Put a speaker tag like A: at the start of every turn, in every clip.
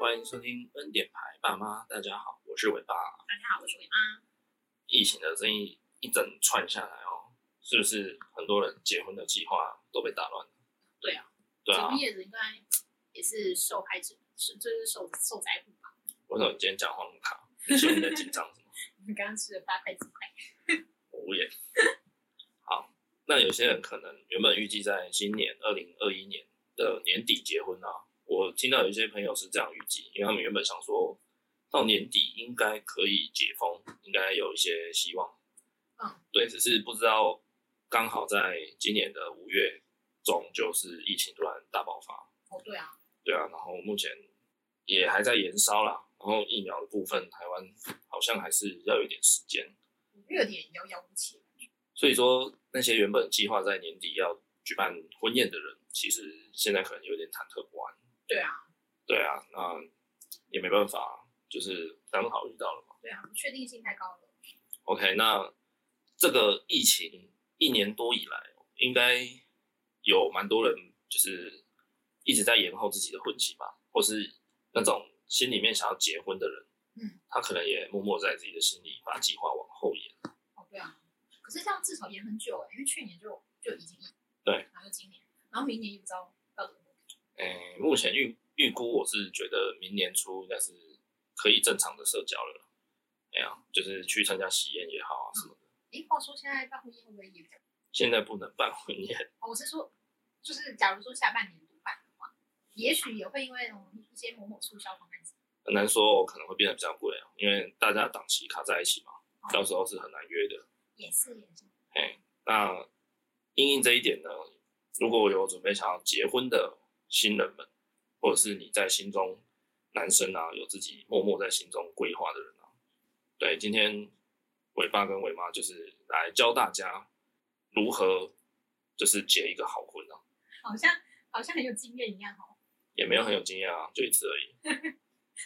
A: 欢迎收听恩典牌爸妈，大家好，我是伟爸。
B: 大家好，我是啊伟妈。
A: 疫情的这一一整串下来哦，是不是很多人结婚的计划都被打乱了？
B: 对啊，
A: 对啊
B: 整个，叶子应该也是受害者，是就是受受灾户吧？
A: 为什么你今天讲话那么卡？你说你在紧张什么？
B: 你刚刚吃了八块鸡块，
A: 我无言。 好，那有些人可能原本预计在今年二零二一年的年底结婚啊，我听到有一些朋友是这样预计，因为他们原本想说到年底应该可以解封，应该有一些希望。
B: 嗯，
A: 对，只是不知道刚好在今年的五月中，就是疫情突然大爆发，
B: 哦对啊，
A: 对啊，然后目前也还在延烧啦。然后疫苗的部分，台湾好像还是要有一点时间。
B: 五月有点遥遥无期。
A: 所以说，那些原本计划在年底要举办婚宴的人，其实现在可能有点忐忑不安。
B: 对啊，
A: 对啊，那也没办法，就是刚好遇到了嘛。
B: 对啊，不确定性太高了。
A: OK，那这个疫情一年多以来，应该有蛮多人就是一直在延后自己的婚期吧，或是那种心里面想要结婚的人，
B: 嗯，
A: 他可能也默默在自己的心里把计划往后延。
B: 哦对啊，可是这样至少也很久哎、因为去年就就已经
A: 对，
B: 然后今年，然后明年又不知道到底
A: 诶，目前预预估我是觉得明年初应该是可以正常的社交了啦。哎呀、就是去参加喜宴也好啊什么的。
B: 哎、话说现在办婚宴会不会也比较？
A: 现在不能办婚宴，
B: 哦，我是说，就是假如说下半年不办的话，也许也会因为嗯一些某某促销方案。
A: 很难说可能会变得比较贵啊，因为大家档期卡在一起嘛，到时候是很难约的。
B: 也是也是，
A: 那因应这一点呢，如果有准备想要结婚的新人们，或者是你在心中男生啊，有自己默默在心中规划的人啊，对，今天伟爸跟伟妈就是来教大家如何就是结一个好婚啊，
B: 好像好像很有经验一样哦，
A: 也没有很有经验啊，就一次而已。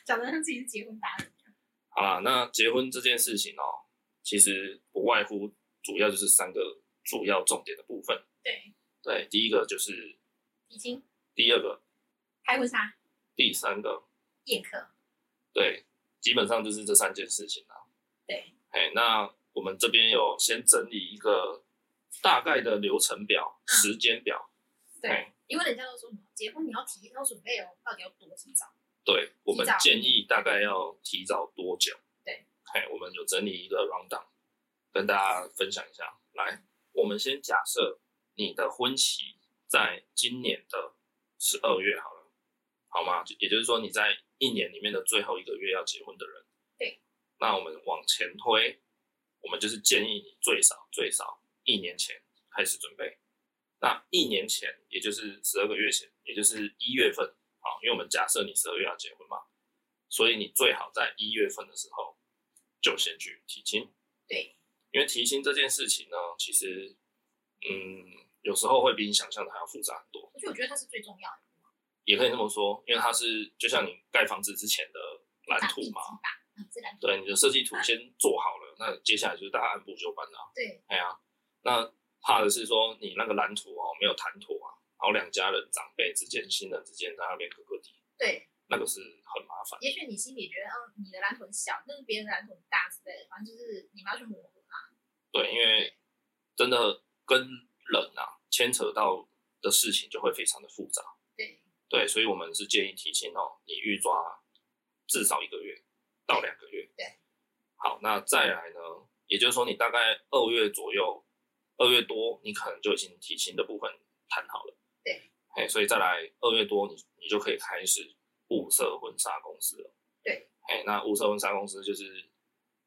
B: 讲得像自己是结婚达人一样。
A: 好啦，那结婚这件事情哦，其实不外乎主要就是三个主要重点的部分。
B: 对，
A: 对，第一个就是，
B: 已经
A: 第二个，
B: 拍婚纱、
A: 第三个，
B: 宴客，
A: 对，基本上就是这三件事情啦。
B: 对，
A: 哎，那我们这边有先整理一个大概的流程表、
B: 嗯
A: 时间表。
B: 对
A: 哎
B: 因为人家都说什么结婚你要提早准备哦，到底要多提早？
A: 对，我们
B: 提早
A: 建议大概要提早多久？
B: 对，
A: 哎，我们有整理一个 round down，跟大家分享一下。来，我们先假设你的婚期在今年的十二月好了，好吗？也就是说你在一年里面的最后一个月要结婚的人，
B: 对，
A: 那我们往前推，我们就是建议你最少最少一年前开始准备。那一年前，也就是十二个月前，也就是一月份，好，因为我们假设你十二月要结婚嘛，所以你最好在一月份的时候就先去提亲。
B: 对，
A: 因为提亲这件事情呢，其实，嗯，有时候会比你想象的还要复杂很多，
B: 而且我觉得它是最重要的
A: 也可以这么说，因为它是就像你盖房子之前的蓝图嘛，
B: 吧，嗯，自然
A: 对，你的设计图先做好了，那接下来就是大家按部就班啦、
B: 对
A: 哎呀，那怕的是说你那个蓝图哦没有谈妥啊，然后两家人长辈之间、新人之间在那边割割地，
B: 对，
A: 那个是很麻烦。
B: 也许你心里觉得，嗯，你的蓝图很小，但是别人的蓝图很大之类的，反正就是你们要去磨合啊。
A: 对，因为真的跟人啊牵扯到的事情就会非常的复杂。
B: 对，
A: 对，所以我们是建议提前哦，你预抓至少一个月到两个月。
B: 对，
A: 好，那再来呢，也就是说你大概二月左右，二月多你可能就已经提亲的部分谈好了。
B: 对，
A: 哎，所以再来二月多你你就可以开始物色婚纱公司了。
B: 对，
A: 哎，那物色婚纱公司就是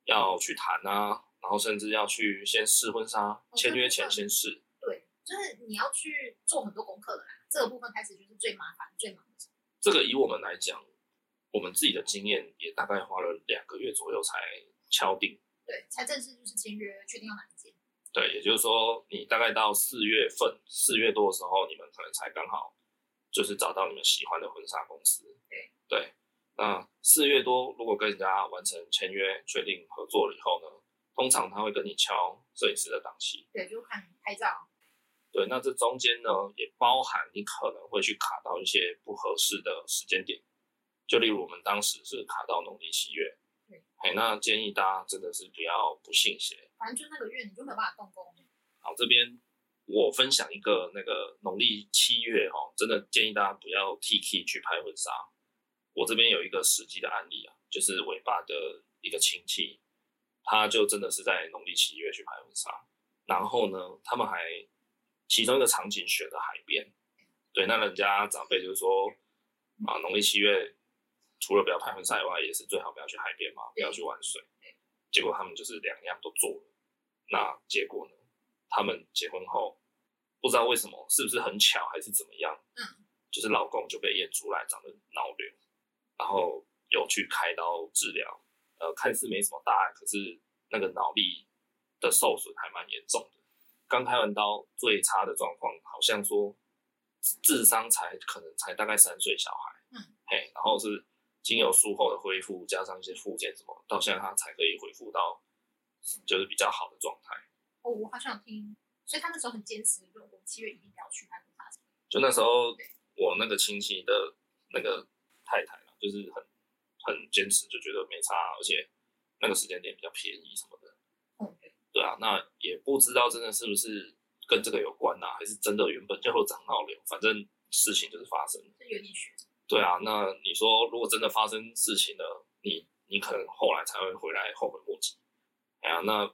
A: 要去谈啊，然后甚至要去先试婚纱，签约前先试。
B: 对，就是你要去做很多功课的啦。这个部分开始就是最麻烦、最忙的时候。
A: 这个以我们来讲，我们自己的经验也大概花了两个月左右才敲定。
B: 对，才正式就是签约，确定要哪一间。
A: 对，也就是说，你大概到四月份、四月多的时候，你们可能才刚好就是找到你们喜欢的婚纱公司。
B: 对
A: 对，那四月多如果跟人家完成签约、确定合作了以后呢，通常他会跟你敲摄影师的档期。
B: 对，就看拍照。
A: 对，那这中间呢，也包含你可能会去卡到一些不合适的时间点，就例如我们当时是卡到农历七月
B: 对，
A: 哎，那建议大家真的是不要不信邪。
B: 反正就那个月你就没有办法动工。
A: 好，这边我分享一个那个农历七月哦，真的建议大家不要 T K 去拍婚纱。我这边有一个实际的案例啊，就是尾巴的一个亲戚，他就真的是在农历七月去拍婚纱，然后呢，他们还其中一个场景选的海边，对，那人家长辈就是说啊，农历七月除了不要拍婚纱以外，也是最好不要去海边嘛，不要去玩水。结果他们就是两样都做了，那结果呢？他们结婚后，不知道为什么，是不是很巧还是怎么样，
B: 嗯，
A: 就是老公就被验出来长了脑瘤，然后有去开刀治疗，呃，看似没什么大碍，可是那个脑力的受损还蛮严重的。刚开完刀，最差的状况好像说智商才可能才大概三岁小孩，
B: 嗯，
A: 嘿，然后是经由术后的恢复，加上一些复健什么，到现在他才可以恢复到就是比较好的状态。
B: 哦，我好像有听，所以他那时候很坚持，就我七月一定要去拍婚纱。
A: 就那时候我那个亲戚的那个太太啦，就是很很坚持，就觉得没差，啊而且那个时间点比较便宜什么的，
B: 嗯，
A: 对啊，那也不知道真的是不是跟这个有关啊，还是真的原本就有长脑瘤，反正事情就是发生了。
B: 就有点悬。
A: 对啊，那你说如果真的发生事情了，你你可能后来才会回来后悔莫及。哎呀，那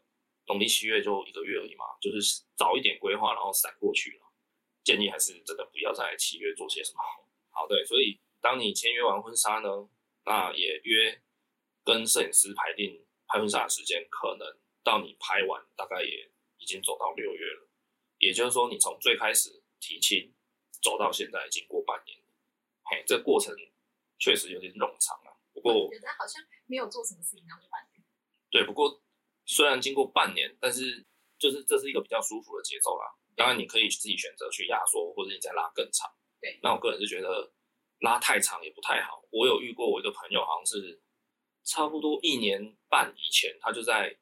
A: 农历七月就一个月而已嘛，就是早一点规划，然后闪过去了。建议还是真的不要在七月做些什么好。好，对，所以当你签约完婚纱呢，那也约跟摄影师排定拍婚纱的时间，可能到你拍完大概也已经走到六月了。也就是说，你从最开始提亲走到现在，已经过半年了。嘿，这过程确实有点冗长啊。不过，
B: 觉得他好像没有做什么事情，然后就办了。
A: 对，不过虽然经过半年，但是就是这是一个比较舒服的节奏啦。当然，你可以自己选择去压缩，或者你再拉更长。
B: 对
A: 那我个人是觉得拉太长也不太好。我有遇过我一个朋友，好像是差不多一年半以前，他就在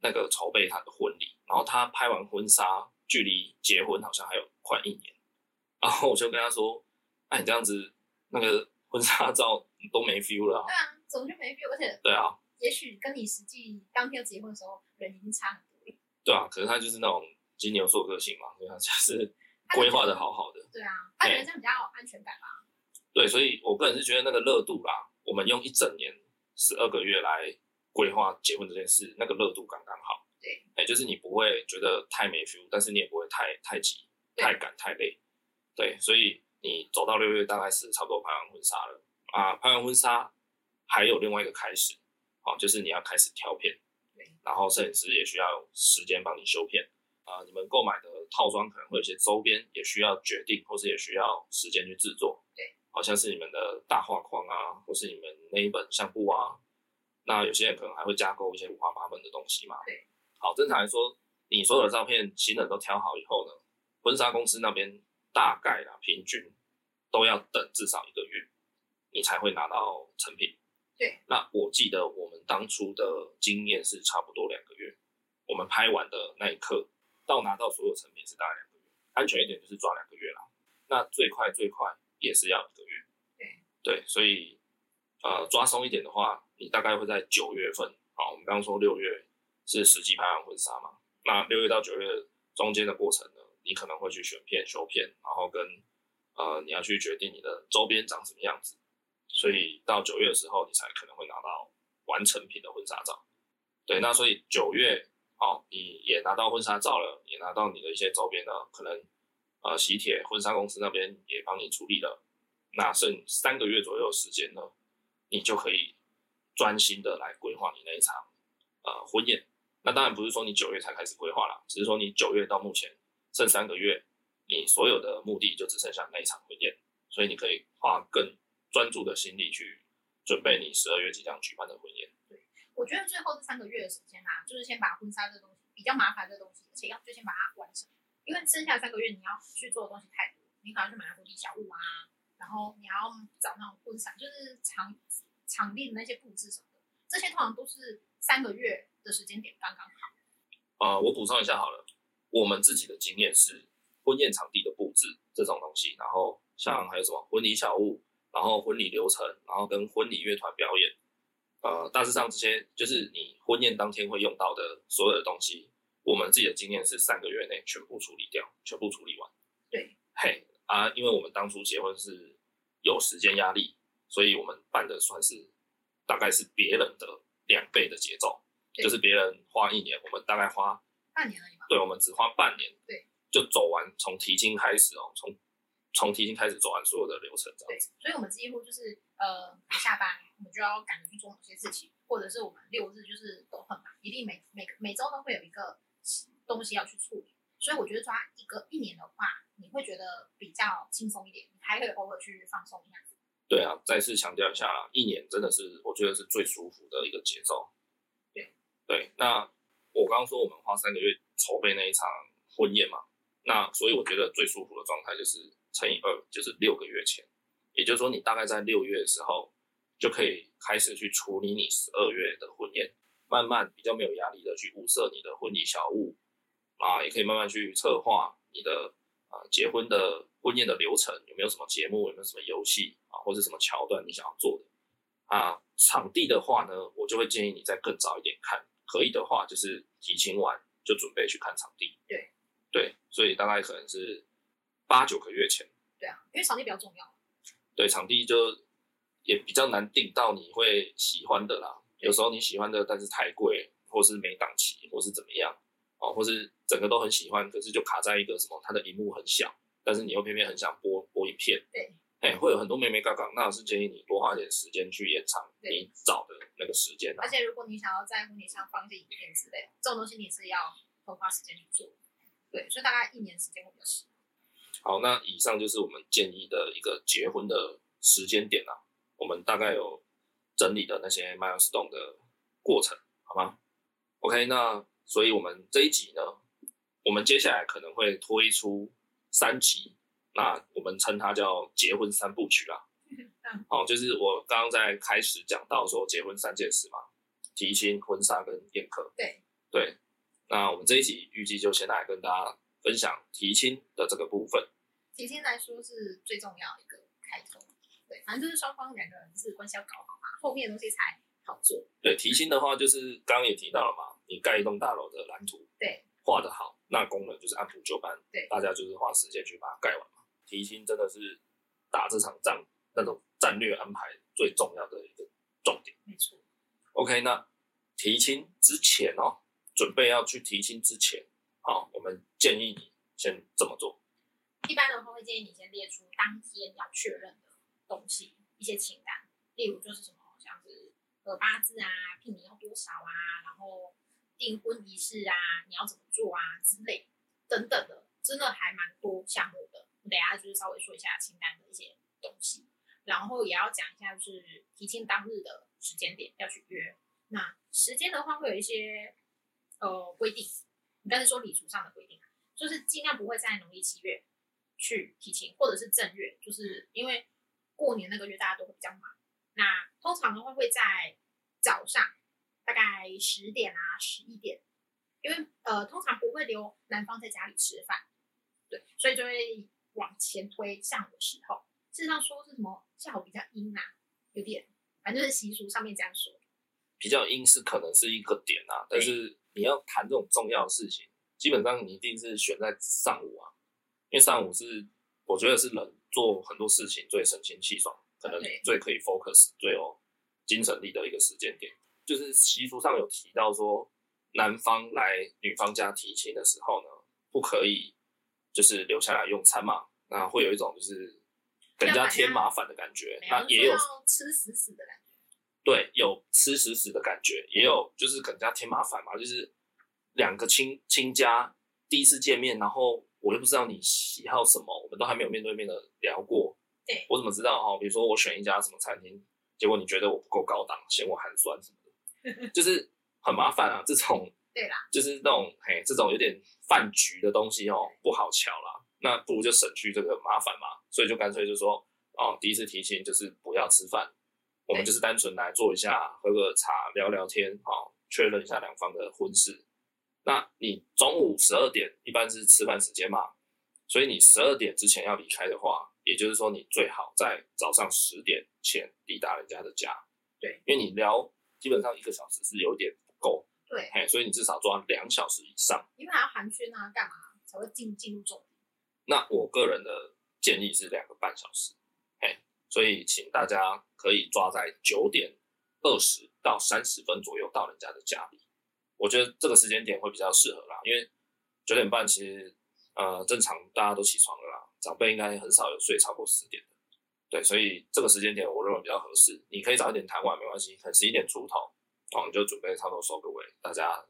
A: 那个筹备他的婚礼，然后他拍完婚纱，距离结婚好像还有快一年。然后我就跟他说：“那、你这样子，那个婚纱照都没 feel 了啊、
B: 对啊，怎么就没 feel？而且
A: 对啊，
B: 也许跟你实际当天结婚的时候人已经差很多了。
A: 对啊，可是他就是那种金牛座个性嘛，所以他就是
B: 他就
A: 规划的好好的。
B: 对啊，他觉
A: 对
B: 得这样比较有安全感吧。
A: 对，所以我个人是觉得那个热度啦，我们用一整年十二个月来规划结婚这件事，那个热度刚刚好。
B: 对，
A: 哎、就是你不会觉得太没 feel，但是你也不会太太急、
B: 对
A: 太赶、太累。对，所以你走到六月大概是差不多拍完婚纱了啊，拍完婚纱还有另外一个开始，好、就是你要开始挑片
B: 对，
A: 然后摄影师也需要有时间帮你修片。啊，你们购买的套装可能会有一些周边，也需要决定，或是也需要时间去制作。
B: 对，
A: 好像是你们的大画框啊，或是你们那一本相簿啊，那有些人可能还会架构一些五花八门的东西嘛。
B: 对，
A: 好，正常来说，你所有的照片新人都挑好以后呢，婚纱公司那边大概啦，平均都要等至少一个月，你才会拿到成品。
B: 对，
A: 那我记得我们当初的经验是差不多两个月，我们拍完的那一刻到拿到所有成品是大概两个月，安全一点就是抓两个月啦。那最快最快也是要一个月。对，所以呃抓松一点的话，你大概会在九月份啊，我们刚刚说六月是实际拍完婚纱嘛，那六月到九月中间的过程呢，你可能会去选片、修片，然后跟呃你要去决定你的周边长什么样子，所以到九月的时候，你才可能会拿到完成品的婚纱照。对，那所以九月哦，你也拿到婚纱照了，也拿到你的一些周边了，可能呃喜帖婚纱公司那边也帮你处理了。那剩三个月左右的时间呢，你就可以专心的来规划你那一场呃婚宴。那当然不是说你九月才开始规划啦，只是说你九月到目前剩三个月，你所有的目的就只剩下那一场婚宴，所以你可以花更专注的心力去准备你十二月即将举办的婚宴。
B: 我觉得最后这三个月的时间啊，就是先把婚纱这东西比较麻烦的东西，而且要就先把它完成，因为剩下三个月你要去做的东西太多，你可能要去买婚礼小物啊，然后你要找那种婚纱，就是场场地的那些布置什么的，这些通常都是三个月的时间点刚刚好。
A: 呃，我补充一下好了，我们自己的
B: 嗯
A: 经验是婚宴场地的布置这种东西，然后像还有什么婚礼小物、然后婚礼流程，然后跟婚礼乐团表演，呃，大致上这些就是你婚宴当天会用到的所有的东西，我们自己的经验是三个月内全部处理掉，全部处理完。
B: 对，
A: 嘿啊，因为我们当初结婚是有时间压力，所以我们办的算是大概是别人的两倍的节奏，
B: 对
A: 就是别人花一年，我们大概花
B: 半年而已嘛。
A: 对，我们只花半年，
B: 对，
A: 就走完从提亲开始哦，从从提亲开始走完所有的流程，这
B: 对
A: 样子。，
B: 所以我们几乎就是呃下班我们就要赶着去做某些事情，或者是我们六日就是都很忙，一定每每个每周都会有一个东西要去处理。所以我觉得抓一个一年的话，你会觉得比较轻松一点，你还可以偶尔去放松一下。
A: 对啊，再次强调一下啦，一年真的是我觉得是最舒服的一个节奏。
B: 对
A: 对，那我刚刚说我们花三个月筹备那一场婚宴嘛，那所以我觉得最舒服的状态就是乘以二，就是六个月前，也就是说你大概在六月的时候就可以开始去处理你十二月的婚宴，慢慢比较没有压力的去物色你的婚礼小物啊，也可以慢慢去策划你的啊结婚的婚宴的流程，有没有什么节目，有没有什么游戏啊，或者什么桥段你想要做的啊。场地的话呢，我就会建议你再更早一点看，可以的话就是提前完就准备去看场地。
B: 对
A: 对，所以大概可能是八九个月前，
B: 对啊，因为场地比较重要。
A: 对场地就也比较难定到你会喜欢的啦。有时候你喜欢的，但是太贵，或是没档期，或是怎么样，哦，或是整个都很喜欢，可是就卡在一个什么，它的荧幕很小，但是你又偏偏很想播播影片，
B: 对，
A: 哎、会有很多妹妹嘎嘎，那是建议你多花点时间去延长
B: 对
A: 你找的那个时间啊
B: 而。且如果你想要在婚礼上放一些影片之类的，这种东西你是要多花时间去做。对，所以大概一年时间会比较适合。
A: 好，那以上就是我们建议的一个结婚的时间点啊，我们大概有整理的那些 milestone 的过程，好吗？OK，那所以我们这一集呢，我们接下来可能会推出三集，那我们称它叫结婚三部曲啦。
B: 嗯
A: 好、就是我刚刚在开始讲到说结婚三件事嘛，提亲、婚纱跟宴客。
B: 对，
A: 对，那我们这一集预计就先来跟大家分享提亲的这个部分。
B: 提亲来说是最重要的一个开头。对，反正就是双方两个人是关系要搞好嘛，后面的东西才好做。
A: 对，提薪的话，就是刚刚也提到了嘛，你盖一栋大楼的蓝图，
B: 对，
A: 画得好，那功能就是按部就班，
B: 对
A: 大家就是花时间去把它盖完嘛。提薪真的是打这场仗那种战略安排最重要的一个重点。
B: 没错，
A: OK，那提亲之前哦，准备要去提亲之前，好、我们建议你先这么做。
B: 一般的话会建议你先列出当天要确认的东西，一些清单，例如就是什么像是呃八字啊、聘礼要多少啊，然后订婚仪式啊，你要怎么做啊之类等等的，真的还蛮多项目的。我等一下就是稍微说一下清单的一些东西，然后也要讲一下就是提亲当日的时间点要去约。那时间的话会有一些呃规定，应该是说礼俗上的规定啊，就是尽量不会在农历七月去提亲，或者是正月，就是因为过年那个月大家都会比较忙。那通常的话会在早上，大概十点啊、十一点，因为呃通常不会留男方在家里吃饭，对，所以就会往前推上午的时候。事实上说是什么下午比较阴啊，有点，反正就是习俗上面这样说。
A: 比较硬是可能是一个点啊，但是你要谈这种重要的事情，基本上你一定是选在上午啊，因为上午是我觉得是人做很多事情最神清气爽，可能
B: 对
A: 最可以 focus、最有精神力的一个时间点。就是习俗上有提到说，男方来女方家提亲的时候呢，不可以就是留下来用餐嘛，那会有一种就是给人家添麻烦的感觉
B: 啊没，
A: 那
B: 有，
A: 啊也
B: 说
A: 有
B: 要吃死死的感觉。
A: 对，有吃死死的感觉，也有就是给人家添麻烦嘛，就是两个亲亲家第一次见面，然后我又不知道你喜好什么，我们都还没有面对面的聊过，
B: 对
A: 我怎么知道哈、比如说我选一家什么餐厅，结果你觉得我不够高档，嫌我寒酸什么的， 就是很麻烦啊。这种
B: 对啦，
A: 就是那种嘿，这种有点饭局的东西哦，不好瞧啦。那不如就省去这个麻烦嘛，所以就干脆就说哦，第一次提亲就是不要吃饭，我们
B: 对
A: 就是单纯来坐一下，喝个茶，聊聊天，哦，确认一下两方的婚事。那你中午十二点一般是吃饭时间嘛，所以你十二点之前要离开的话，也就是说，你最好在早上十点前抵达人家的家。
B: 对，
A: 因为你聊基本上一个小时是有点不够，
B: 对，
A: 嘿，所以你至少做到两小时以上。
B: 因为还要寒暄啊，干嘛才会进进入重点。
A: 那我个人的建议是两个半小时，嘿，所以请大家可以抓在九点二十到三十分左右到人家的家里，我觉得这个时间点会比较适合啦，因为九点半其实呃正常大家都起床了啦，长辈应该很少有睡超过十点的，对，所以这个时间点我认为比较合适，你可以早一点谈完没关系，可能十一点出头哦你就准备差不多收个尾，大家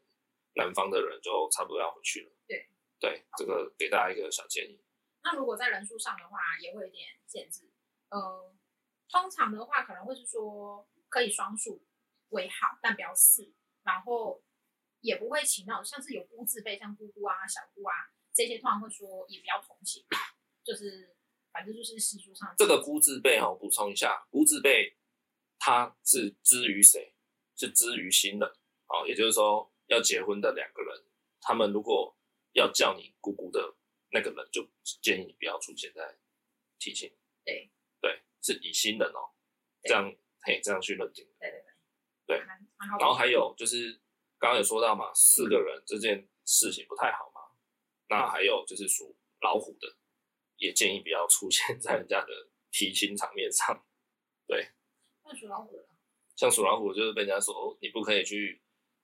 A: 南方的人就差不多要回去了，
B: 对，
A: 对，这个给大家一个小建议。
B: 那如果在人数上的话，也会有点限制。呃，通常的话可能会是说可以双数为好，但不要四，然后也不会请那种像是有姑字辈，像姑姑啊、小姑啊这些，通常会说也不要同行，就是反正就是习俗上
A: 这个孤字辈哦，补充一下，孤字辈它是之于谁？是之于新人哦，也就是说要结婚的两个人，他们如果要叫你姑姑的那个人，就建议你不要出现在提亲。
B: 对
A: 对，是以新人哦，
B: 对
A: 这样嘿这样去认定。
B: 对对对，
A: 对
B: 蛮蛮好的。
A: 然后还有就是刚刚有说到嘛，四个人这件事情不太好嘛。那还有就是属老虎的，也建议不要出现在人家的提亲场面上。
B: 那属老虎的，
A: 像属老虎就是被人家说哦你不可以去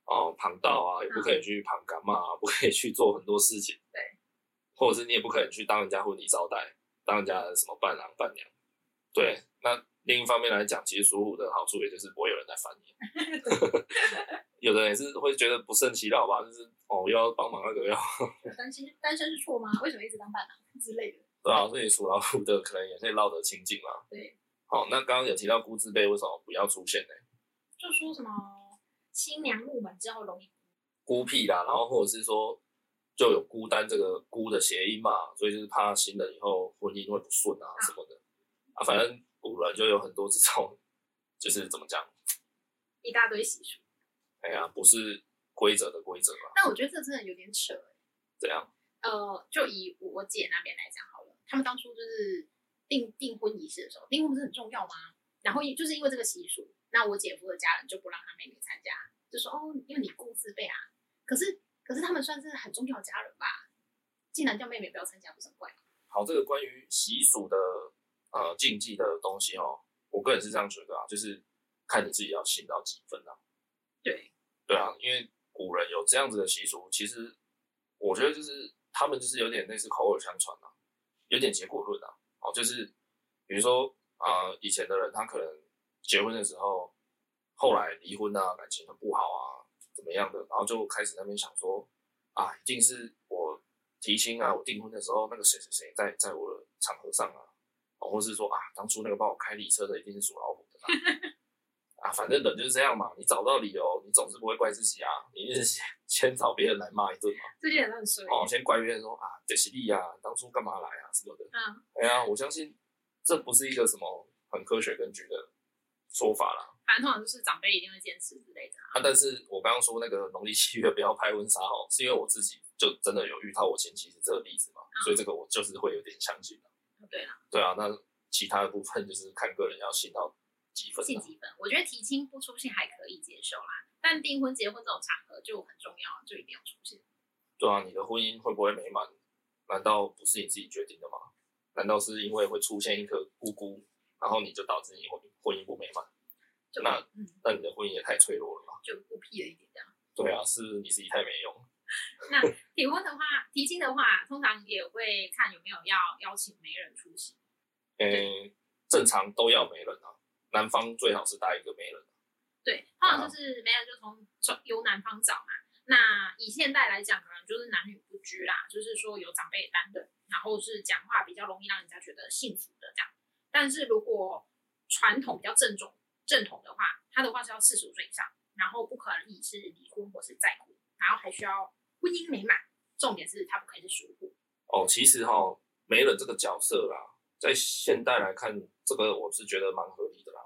A: 哦旁道啊，也不可以去旁干嘛、啊，不可以去做很多事情，
B: 嗯对，
A: 或者是你也不可以去当人家婚礼招待，当人家的什么伴郎伴娘，对。那另一方面来讲，其实属虎的好处也就是不会有人来烦你， 有的人也是会觉得不胜其扰吧，就是哦又要帮忙那个要
B: 单身单身是错吗？为什么一直当伴郎之类的？
A: 对啊，所以属老虎的可能也可以绕得清净啦。
B: 对，
A: 好、那刚刚有提到孤字辈为什么不要出现呢？
B: 就说什么新娘入门之后容易
A: 孤僻啦，然后或者是说就有孤单这个孤的谐音嘛，所以就是怕新人以后婚姻会不顺啊什么的啊，反正古人就有很多这种，就是怎么讲，
B: 一大堆习俗，
A: 哎呀，不是规则的规则嘛，
B: 但我觉得这真的有点扯欸
A: 这样
B: 呃，就以我姐那边来讲好了，他们当初就是订订婚仪式的时候，订婚不是很重要吗？然后也就是因为这个习俗，那我姐夫的家人就不让他妹妹参加，就说哦，因为你顾自辈啊。可是可是他们算是很重要的家人吧，竟然叫妹妹不要参加，不是很怪吗？
A: 好，这个关于习俗的呃禁忌的东西哦，我个人是这样觉得啊，就是看你自己要信到几分啊。
B: 对，
A: 对啊，因为古人有这样子的习俗，其实我觉得就是他们就是有点类似口耳相传啊，有点结果论啊。哦，就是比如说啊、呃以前的人他可能结婚的时候，后来离婚啊，感情很不好啊，怎么样的，然后就开始在那边想说啊，一定是我提亲啊，我订婚的时候那个谁谁谁在在我的场合上啊，哦、或是说啊，当初那个帮我开礼车的一定是属老虎的啦、啊，反正人就是这样嘛，你找到理由，你总是不会怪自己啊，你一定是先 先找别人来骂一顿嘛。
B: 这些人都很衰
A: 哦，先怪别人说啊，这是你啊，当初干嘛来啊什么的。
B: 嗯，
A: 哎呀，我相信这不是一个什么很科学根据的说法啦。
B: 反正通常就是长辈一定会坚持之类的。
A: 啊，但是我刚刚说那个农历七月不要拍婚纱哦，是因为我自己就真的有遇到我前妻是这个例子嘛，所
B: 嗯
A: 以这个我就是会有点相信的。
B: 对啦，
A: 对啊，那其他的部分就是看个人要信到几分、
B: 信
A: 啊。
B: 几分？我觉得提亲不出现还可以接受啦，但订婚、结婚这种场合就很重要，啊就一定要出现。
A: 对啊，你的婚姻会不会美满？难道不是你自己决定的吗？难道是因为会出现一颗姑姑，然后你就导致你婚婚姻不美满？
B: 就
A: 那
B: 嗯，
A: 那你的婚姻也太脆弱了吧？
B: 就孤僻了一点这样。
A: 对啊，是你自己太没用。
B: 提婚的话，提亲的话，通常也会看有没有要邀请媒人出席。
A: 嗯、正常都要媒人啊，男方最好是带一个媒人。
B: 对，通常就是媒人就从从由男方找嘛。那以现代来讲，可能就是男女不拘啦，就是说有长辈担任，然后是讲话比较容易让人家觉得幸福的这样。但是如果传统比较正宗正统的话，他的话是要四十五岁以上，然后不可以是离婚或是再婚，然后还需要婚姻美满，重点是他不可以是属虎。
A: 哦，其实哈、媒人这个角色啦，在现代来看，这个我是觉得蛮合理的啦。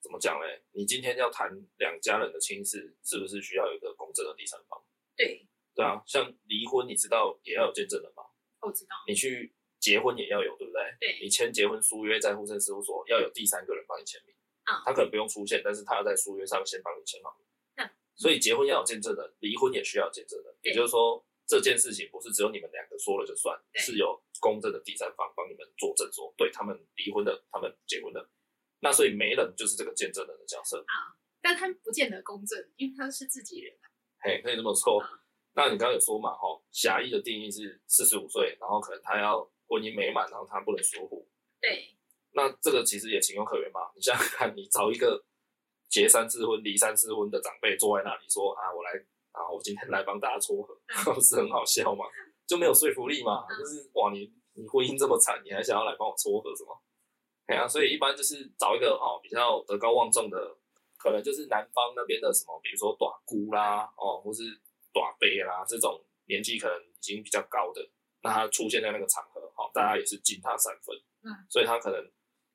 A: 怎么讲嘞？你今天要谈两家人的亲事，是不是需要有一个公正的第三方？
B: 对，
A: 对啊，像离婚，你知道也要有见证人吧？
B: 我知道。
A: 你去结婚也要有，对不对？对？
B: 对，
A: 你签结婚书约在户政事务所要有第三个人帮你签名，
B: 嗯
A: 他可能不用出现，但是他要在书约上先帮你签好名。
B: 嗯
A: 所以结婚要有见证人，离婚也需要有见证人，
B: 对
A: 也就是说这件事情不是只有你们两个说了就算，
B: 对
A: 是有公正的第三方帮你们作证说，对他们离婚的，他们结婚的。那所以媒人就是这个见证人的角色，
B: 但他不见得公正，因为他是自己人啊。
A: 嘿，可以这么说
B: 嗯。
A: 那你刚刚有说嘛，吼，狭义的定义是四十五岁，然后可能他要婚姻美满，然后他不能疏忽，
B: 对，
A: 那这个其实也情有可原嘛。你想想看，你找一个结三次婚、离三次婚的长辈坐在那里说啊，我来啊，我今天来帮大家撮合，不 是很好笑吗？就没有说服力嘛。就是哇，你你婚姻这么惨，你还想要来帮我撮合什么？对啊，所以一般就是找一个哦比较德高望重的，可能就是南方那边的什么，比如说短姑啦，哦，或是短辈啦这种年纪可能已经比较高的，那他出现在那个场合，好、大家也是敬他三分。
B: 嗯，
A: 所以他可能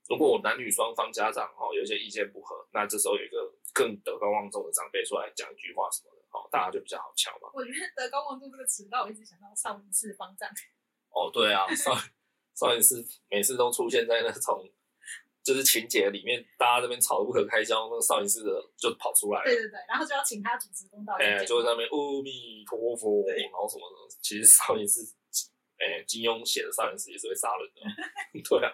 A: 如果男女双方家长哦有一些意见不合，那这时候有一个更德高望重的长辈出来讲一句话什么的，哦，大家就比较好瞧嘛。
B: 我觉得德高望重这个词让我一直想到少林寺方丈。
A: 哦，对 啊，少少女是每次都出现在那种就是情节里面，大家这边吵得不可开交，那个少林寺的就跑出来
B: 对
A: 了。
B: 对对，然后就要请他主持公道。
A: 哎、
B: 这
A: 就
B: 种
A: 在那边阿弥陀佛，
B: 对
A: 然后什么的。其实少林寺，哎、金庸写的少林寺也是会杀人的， 对啊，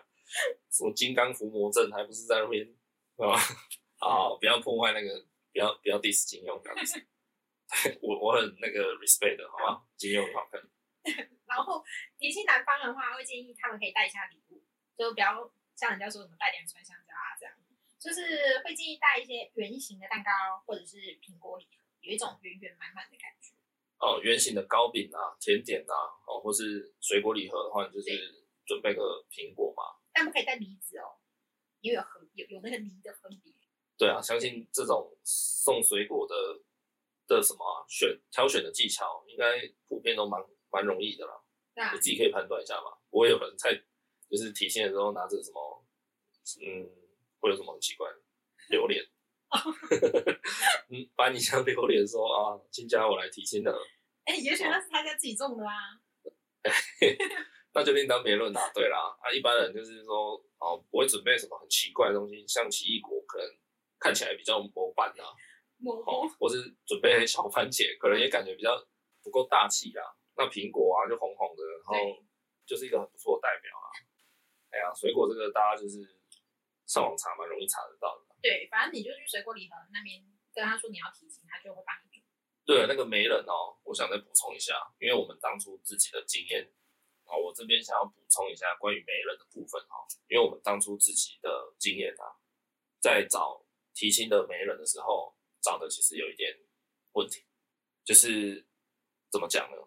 A: 什么金刚伏魔阵，还不是在那边 啊？啊，不要破坏那个，不要不要 diss 金庸，不要 diss。我我很那个 respect 的，好不好？金庸很好看，
B: 然后年轻男方的话，会建议他们可以带一下礼物，就不要像人家说什么带两串香蕉啊这样，就是会建议带一些圆形的蛋糕或者是苹果礼盒，有一种圆圆满满的感觉。
A: 哦，圆形的糕饼啊、甜点啊，哦，或是水果礼盒的话，你就是
B: 对
A: 准备个苹果嘛。
B: 但不可以带梨子哦，因为有核有有那个梨的分别。
A: 对啊，相信这种送水果的的什么啊、选挑选的技巧，应该普遍都蛮蛮容易的啦。
B: 对啊
A: 你自己可以判断一下嘛，不会有人在就是提现的时候拿着什么，嗯，会有什么很奇怪的榴莲，嗯，把你像榴莲说啊，亲家我来提亲了，
B: 哎、也许
A: 哦
B: 那是他家自己种的啊。
A: 那就另当别论啦。对啦，啊，一般人就是说哦，不会准备什么很奇怪的东西，像奇异果可能看起来比较模板啊，
B: 某某
A: 哦，我是准备小番茄，可能也感觉比较不够大气啦。那苹果啊，就红红的，然后
B: 对
A: 就是一个很不错的代表啦。哎呀，水果这个大家就是上网查蛮容易查得到的。
B: 对，反正你就去水果礼盒那边跟他说你要提琴，他就会帮你煮。
A: 对，那个媒人哦，我想再补充一下，因为我们当初自己的经验啊，我这边想要补充一下关于媒人的部分哦，因为我们当初自己的经验啊，在找提亲的媒人的时候，找的其实有一点问题，就是怎么讲呢？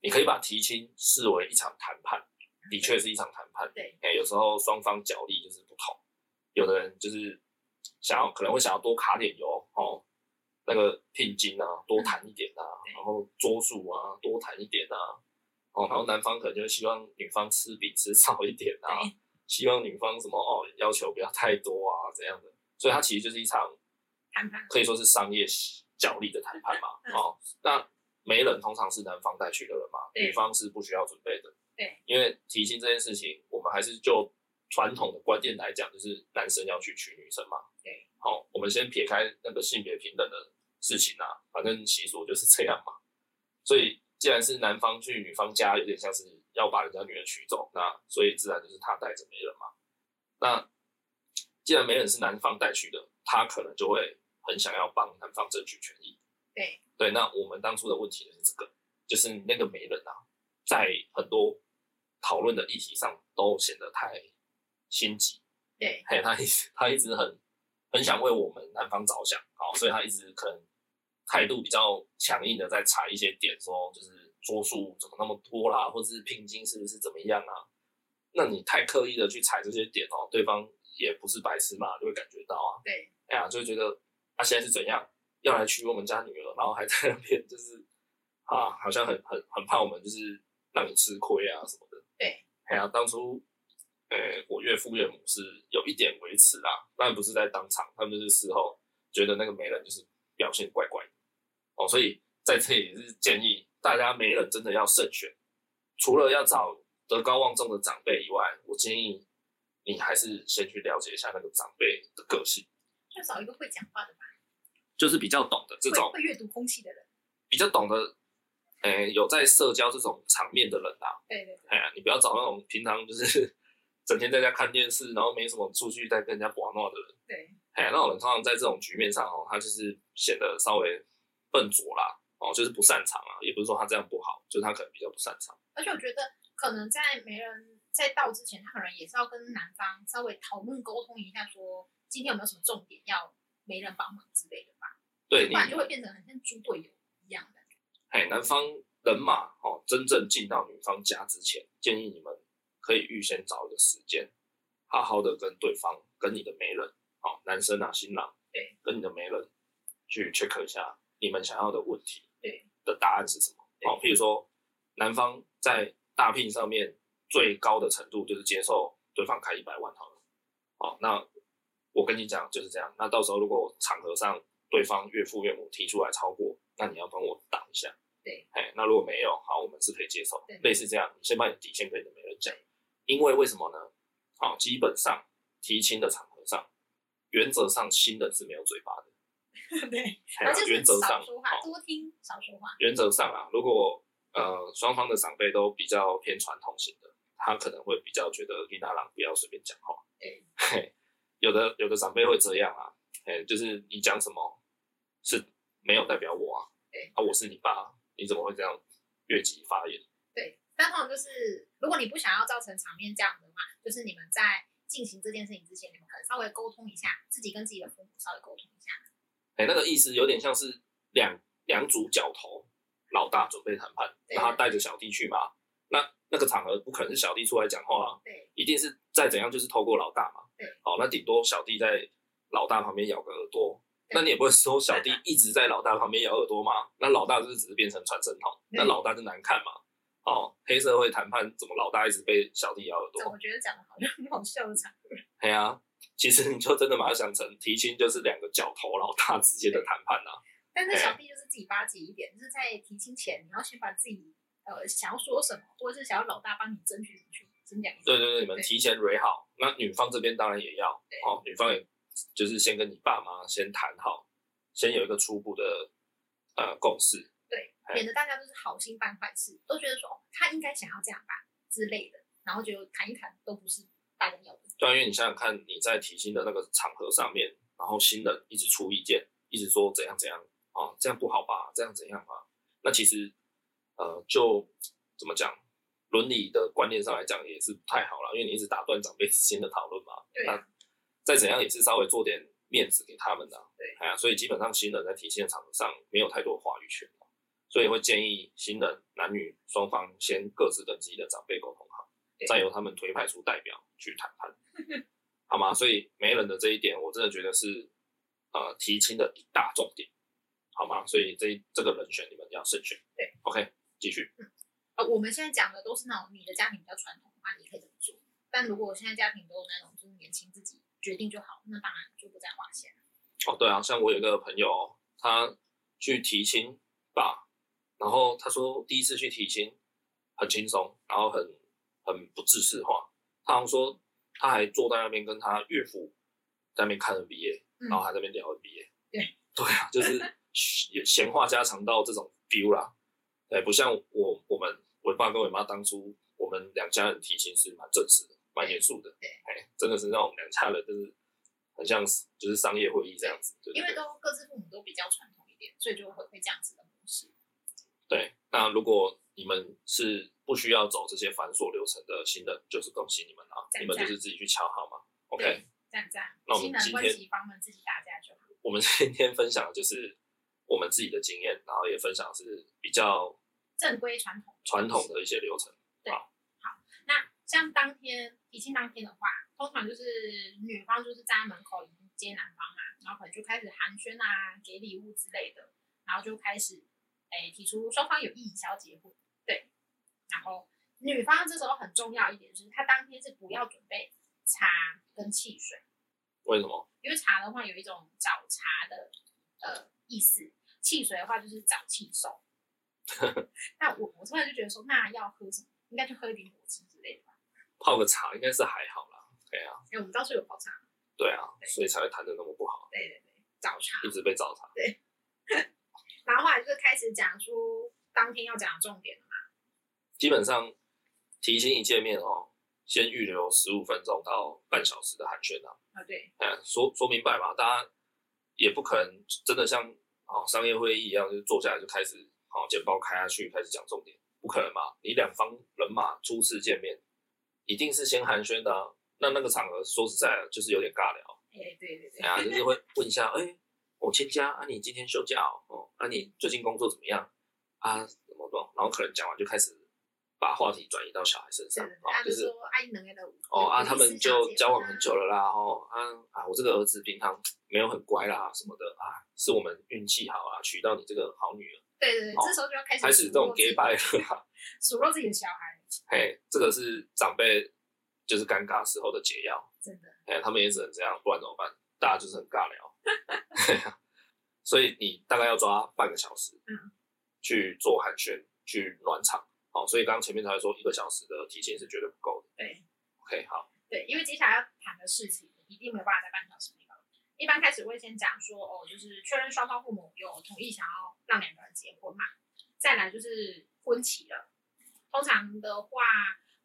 A: 你可以把提亲视为一场谈判，的确是一场谈判，
B: 对，
A: 哎、有时候双方角力就是不同，有的人就是想要可能会想要多卡点油哦，那个聘金啊多谈一点啊，
B: 嗯对
A: 然后桌数啊多谈一点啊，哦，然后男方可能就希望女方吃比吃少一点啊，
B: 对
A: 希望女方什么哦要求不要太多啊怎样的，所以它其实就是一场
B: 谈判。
A: 可以说是商业角力的谈判嘛。
B: 嗯
A: 哦，那媒人通常是男方带去的人嘛，
B: 对
A: 女方是不需要准备的。
B: 对，
A: 因为提亲这件事情，我们还是就传统的观念来讲，就是男生要去娶女生嘛。
B: 对，
A: 好、我们先撇开那个性别平等的事情啊，反正习俗就是这样嘛。所以既然是男方去女方家，有点像是要把人家女儿娶走，那所以自然就是他带着媒人嘛。那既然媒人是男方带去的，他可能就会很想要帮男方争取权益。
B: 对
A: 对，那我们当初的问题就是这个，就是那个媒人啊，在很多讨论的议题上都显得太心急，
B: 对
A: 嘿，他一直他一直很很想为我们男方着想，好，所以他一直可能态度比较强硬的在踩一些点，说就是桌数怎么那么多啦，或者是聘金是不是怎么样啊？那你太刻意的去踩这些点哦，对方也不是白痴嘛，就会感觉到啊，
B: 对
A: 哎呀，就会觉得他、啊现在是怎样要来娶我们家女儿，然后还在那边就是啊，好像很很很怕我们就是让你吃亏啊什么的。
B: 对，
A: 哎呀，当初呃我岳父岳母是有一点维持啦，但不是在当场，他们就是事后觉得那个媒人就是表现怪怪的哦，所以在这里也是建议大家媒人真的要慎选，除了要找德高望重的长辈以外，我建议你还是先去了解一下那个长辈的个性，
B: 就找一个会讲话的吧，
A: 就是比较懂的这种
B: 会会阅读空气的人。
A: 比较懂得，诶、有在社交这种场面的人啊，
B: 对对对，
A: 哎呀，你不要找那种平常就是 整天在家看电视，然后没什么出去在跟人家玩闹的人。
B: 对，
A: 哎呀，那种人通常在这种局面上哦，他就是显得稍微笨拙啦，哦，就是不擅长啊。也不是说他这样不好，就是他可能比较不擅长。
B: 而且我觉得可能在没人在到之前，他可能也是要跟男方稍微讨论沟通一下，说今天有没有什么重点要没人帮忙之类的吧，
A: 对
B: 不
A: 你，
B: 然就会变成很像猪队友一样的。
A: 哎，男方人马哦，真正进到女方家之前，建议你们可以预先找一个时间，好好的跟对方、跟你的媒人，哦，男生啊、新郎，
B: 对，
A: 跟你的媒人去 check 一下你们想要的问题，
B: 对，
A: 的答案是什么？哦，譬如说，男方在大聘上面最高的程度就是接受对方开一百万好了，哦，那我跟你讲就是这样。那到时候如果场合上对方岳父岳母提出来超过，那你要帮我挡一下。哎，那如果没有，好，我们是可以接受
B: 对，
A: 类似这样，你先把你底线跟你的媒人讲，因为为什么呢？好，基本上提亲的场合上，原则上新人是没有嘴巴的，
B: 对，
A: 哎呀
B: 然后就
A: 原
B: 是
A: 则
B: 少
A: 上，
B: 说话，
A: 好，
B: 多听，少说话。
A: 原则上啊，如果呃双方的长辈都比较偏传统型的，他可能会比较觉得丽娜郎不要随便讲话，
B: 对
A: 嘿，有的有的长辈会这样啊，哎，就是你讲什么是没有代表我啊，
B: 对
A: 啊，我是你爸，你怎么会这样越级发言？
B: 对，但通常就是，如果你不想要造成场面这样的话，就是你们在进行这件事情之前，你们可能稍微沟通一下，自己跟自己的父母稍微沟通一下。
A: 哎、那个意思有点像是两两组角头，老大准备谈判，
B: 对
A: 那他带着小弟去嘛。那那个场合不可能是小弟出来讲话、啊，
B: 对
A: 一定是再怎样就是透过老大嘛。
B: 对，
A: 哦，那顶多小弟在老大旁边咬个耳朵，
B: 对
A: 那你也不会说小弟一直在老大旁边咬耳朵嘛？那老大就是只是变成传声筒，
B: 对
A: 那老大就难看嘛。哦，黑社会谈判怎么老大一直被小弟咬耳朵？
B: 怎么觉得讲的好像很好笑的场合？
A: 哎呀、其实你就真的把它想成提亲就是两个角头老大之间的谈判啊。
B: 但是小弟就是自己巴结一点，就是在提亲前，你要先把自己呃想要说什么，或者是想要老大帮你争取什么去先讲一下。
A: 对对对，你们
B: 对
A: 提前蕊好，那女方这边当然也要
B: 对
A: 哦，女方也就是先跟你爸妈先谈好，先有一个初步的呃共识。
B: 对，
A: 哎
B: 免得大家都是好心办坏事，都觉得说哦，他应该想要这样吧之类的，然后就谈一谈都不是大家要的。
A: 对啊，因为你想想看，你在提亲的那个场合上面，然后新人一直出意见，一直说怎样怎样啊、哦，这样不好吧，这样怎样啊，那其实呃就怎么讲，伦理的观念上来讲也是不太好了，因为你一直打断长辈之间的讨论嘛。
B: 对
A: 那
B: 啊，
A: 再怎样也是稍微做点面子给他们的、
B: 对，
A: 哎呀，所以基本上新人在提亲的场合上没有太多话语权啊所以会建议新人男女双方先各自跟自己的长辈沟通好，
B: 对
A: 再由他们推派出代表去谈判，好吗？所以媒人的这一点，我真的觉得是呃提亲的一大重点，好吗？所以这一这个人选你们要慎选。
B: 对
A: ，OK，继续。
B: 呃，我们现在讲的都是那种你的家庭比较传统的话，你可以怎么做？但如果现在家庭都有那种就是年轻自己决定就好，那当然就不在话下。
A: 哦，对啊，像我有一个朋友哦，他去提亲吧，然后他说第一次去提亲很轻松，然后很很不自式化。他好像说他还坐在那边跟他岳父在那边看 NBA，、
B: 嗯
A: 然后还在那边聊 NBA。
B: 对
A: 对啊，就是闲闲话家常到这种 feel 啦。对，不像我我们我爸跟我妈当初我们两家人提亲是蛮正式的，蛮严肃的。
B: 对
A: 哎，真的是让我们两家人就是很像是就是商业会议这样子。对对
B: 因为
A: 对
B: 都各自父母都比较传统一点，所以就会会这样子的模式。
A: 对，那如果你们是不需要走这些繁琐流程的新人，就是恭喜你们啊，
B: 赞
A: 你们就是自己去敲好嘛。OK，
B: 对这样这样
A: 那，我们
B: 新人
A: 今
B: 关
A: 天
B: 系方们自己打架就好。
A: 我们 今天分享的就是我们自己的经验，然后也分享是比较
B: 正规传统
A: 传统的一些流程。
B: 那像当天提亲当天的话，通常就是女方就是站在门口迎接男方嘛，然后可能就开始寒暄啊，给礼物之类的，然后就开始诶、提出双方有意想要结婚，对，然后女方这时候很重要一点就是她当天是不要准备茶跟汽水，
A: 为什么？
B: 因为茶的话有一种早茶的呃意思，汽水的话就是早气受。那我我突然就觉得说，那要喝什么？应该就喝一点果汁之类的。
A: 泡个茶应该是还好啦。对啊，
B: 哎、我们当时有泡茶，
A: 对啊，
B: 对
A: 所以才会谈的那么不好，
B: 对对对，早茶。
A: 一直被找茬。
B: 然后后来就开始讲出当天要讲的重点了嘛。
A: 基本上提亲一见面哦，先预留十五分钟到半小时的寒暄啊，
B: 啊，对，
A: 嗯，说说明白嘛，大家也不可能真的像哦商业会议一样，就坐下来就开始哦简报开下去，开始讲重点，不可能嘛。你两方人马初次见面，一定是先寒暄的、啊。那那个场合说实在的，就是有点尬聊，
B: 哎、对对对，
A: 哎呀、就是会问一下，哎、我亲家啊，你今天休假哦，哦，啊，你最近工作怎么样啊？怎么弄？然后可能讲完就开始把话题转移到小孩身上，
B: 是的，
A: 哦
B: 他，
A: 就
B: 就是说阿姨能的
A: 哦啊，他们就交往很久了啦，哦啊啊，我这个儿子平常没有很乖啦什么的啊，是我们运气好啊，娶到你这个好女儿，
B: 对对对，
A: 哦
B: 这时候就要开始
A: 开始这种 gay bye 了啦，
B: 数落自己的小孩，
A: 嘿，这个是长辈就是尴尬时候的解药，
B: 真的，
A: 哎，他们也只能这样，不然怎么办？大家就是很尬聊， 所以你大概要抓半个小时，
B: 嗯，
A: 去做寒暄，去暖场，好、所以刚刚前面才说一个小时的提前是绝对不够的
B: 对
A: ，OK，好，
B: 对，因为接下来要谈的事情一定没有办法在半小时内搞。一般开始会先讲说，哦，就是确认双方父母有同意想要让两个人结婚嘛，再来就是婚期了。通常的话，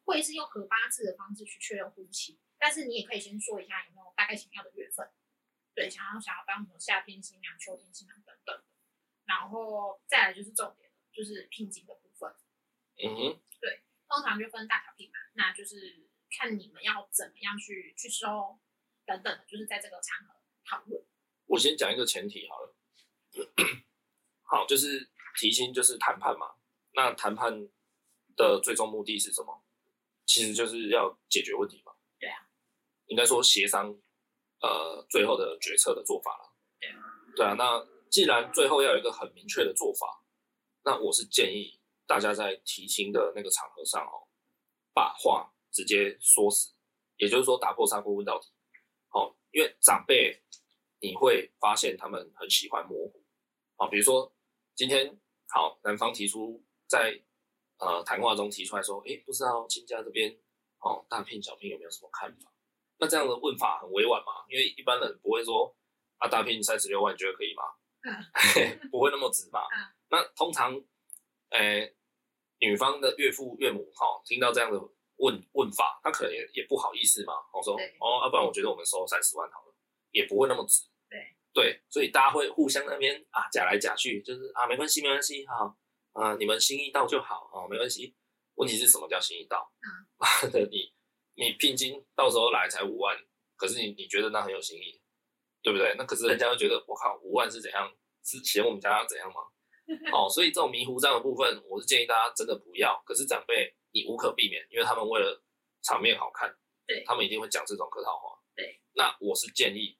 B: 会是用合八字的方式去确认婚期，但是你也可以先说一下有没有大概想要的月份，对，想要想要当什么夏天新娘、秋天新娘等等的。然后再来就是重点了，就是聘金的部分。
A: 嗯哼，
B: 通常就分大小品嘛，那就是看你们要怎么样去去收等等的，就是在这个场合讨论。
A: 我先讲一个前提好了。 好，就是提亲就是谈判嘛。那谈判的最终目的是什么？其实就是要解决问题嘛。
B: 对啊。
A: 应该说协商，呃，最后的决策的做法了。
B: 对
A: 啊。对啊，那既然最后要有一个很明确的做法，那我是建议大家在提亲的那个场合上哦，把话直接说死，也就是说打破砂锅问到底。哦，因为长辈你会发现他们很喜欢模糊。好、比如说今天好，男方提出在呃谈话中提出来说，诶，不知道亲家这边哦大聘小聘有没有什么看法？那这样的问法很委婉嘛，因为一般人不会说啊大聘三十六万你觉得可以吗？ 不会那么直嘛。
B: 嗯
A: 那通常，诶、女方的岳父岳母哈、哦，听到这样的问问法，他可能也也不好意思嘛。我、说
B: 对
A: 哦，要、不然我觉得我们收三十万好了，也不会那么直。
B: 对
A: 对，所以大家会互相那边啊假来假去，就是啊没关系没关系哈啊你们心意到就好啊没关系。问题是什么叫心意到？
B: 嗯
A: 妈的 你你聘金到时候来才五万，可是你你觉得那很有心意，对不对？那可是人家会觉得我靠五万是怎样？是嫌我们家怎样吗？哦，所以这种迷糊账的部分，我是建议大家真的不要。可是长辈你无可避免，因为他们为了场面好看，
B: 对
A: 他们一定会讲这种客套话。
B: 对，
A: 那我是建议，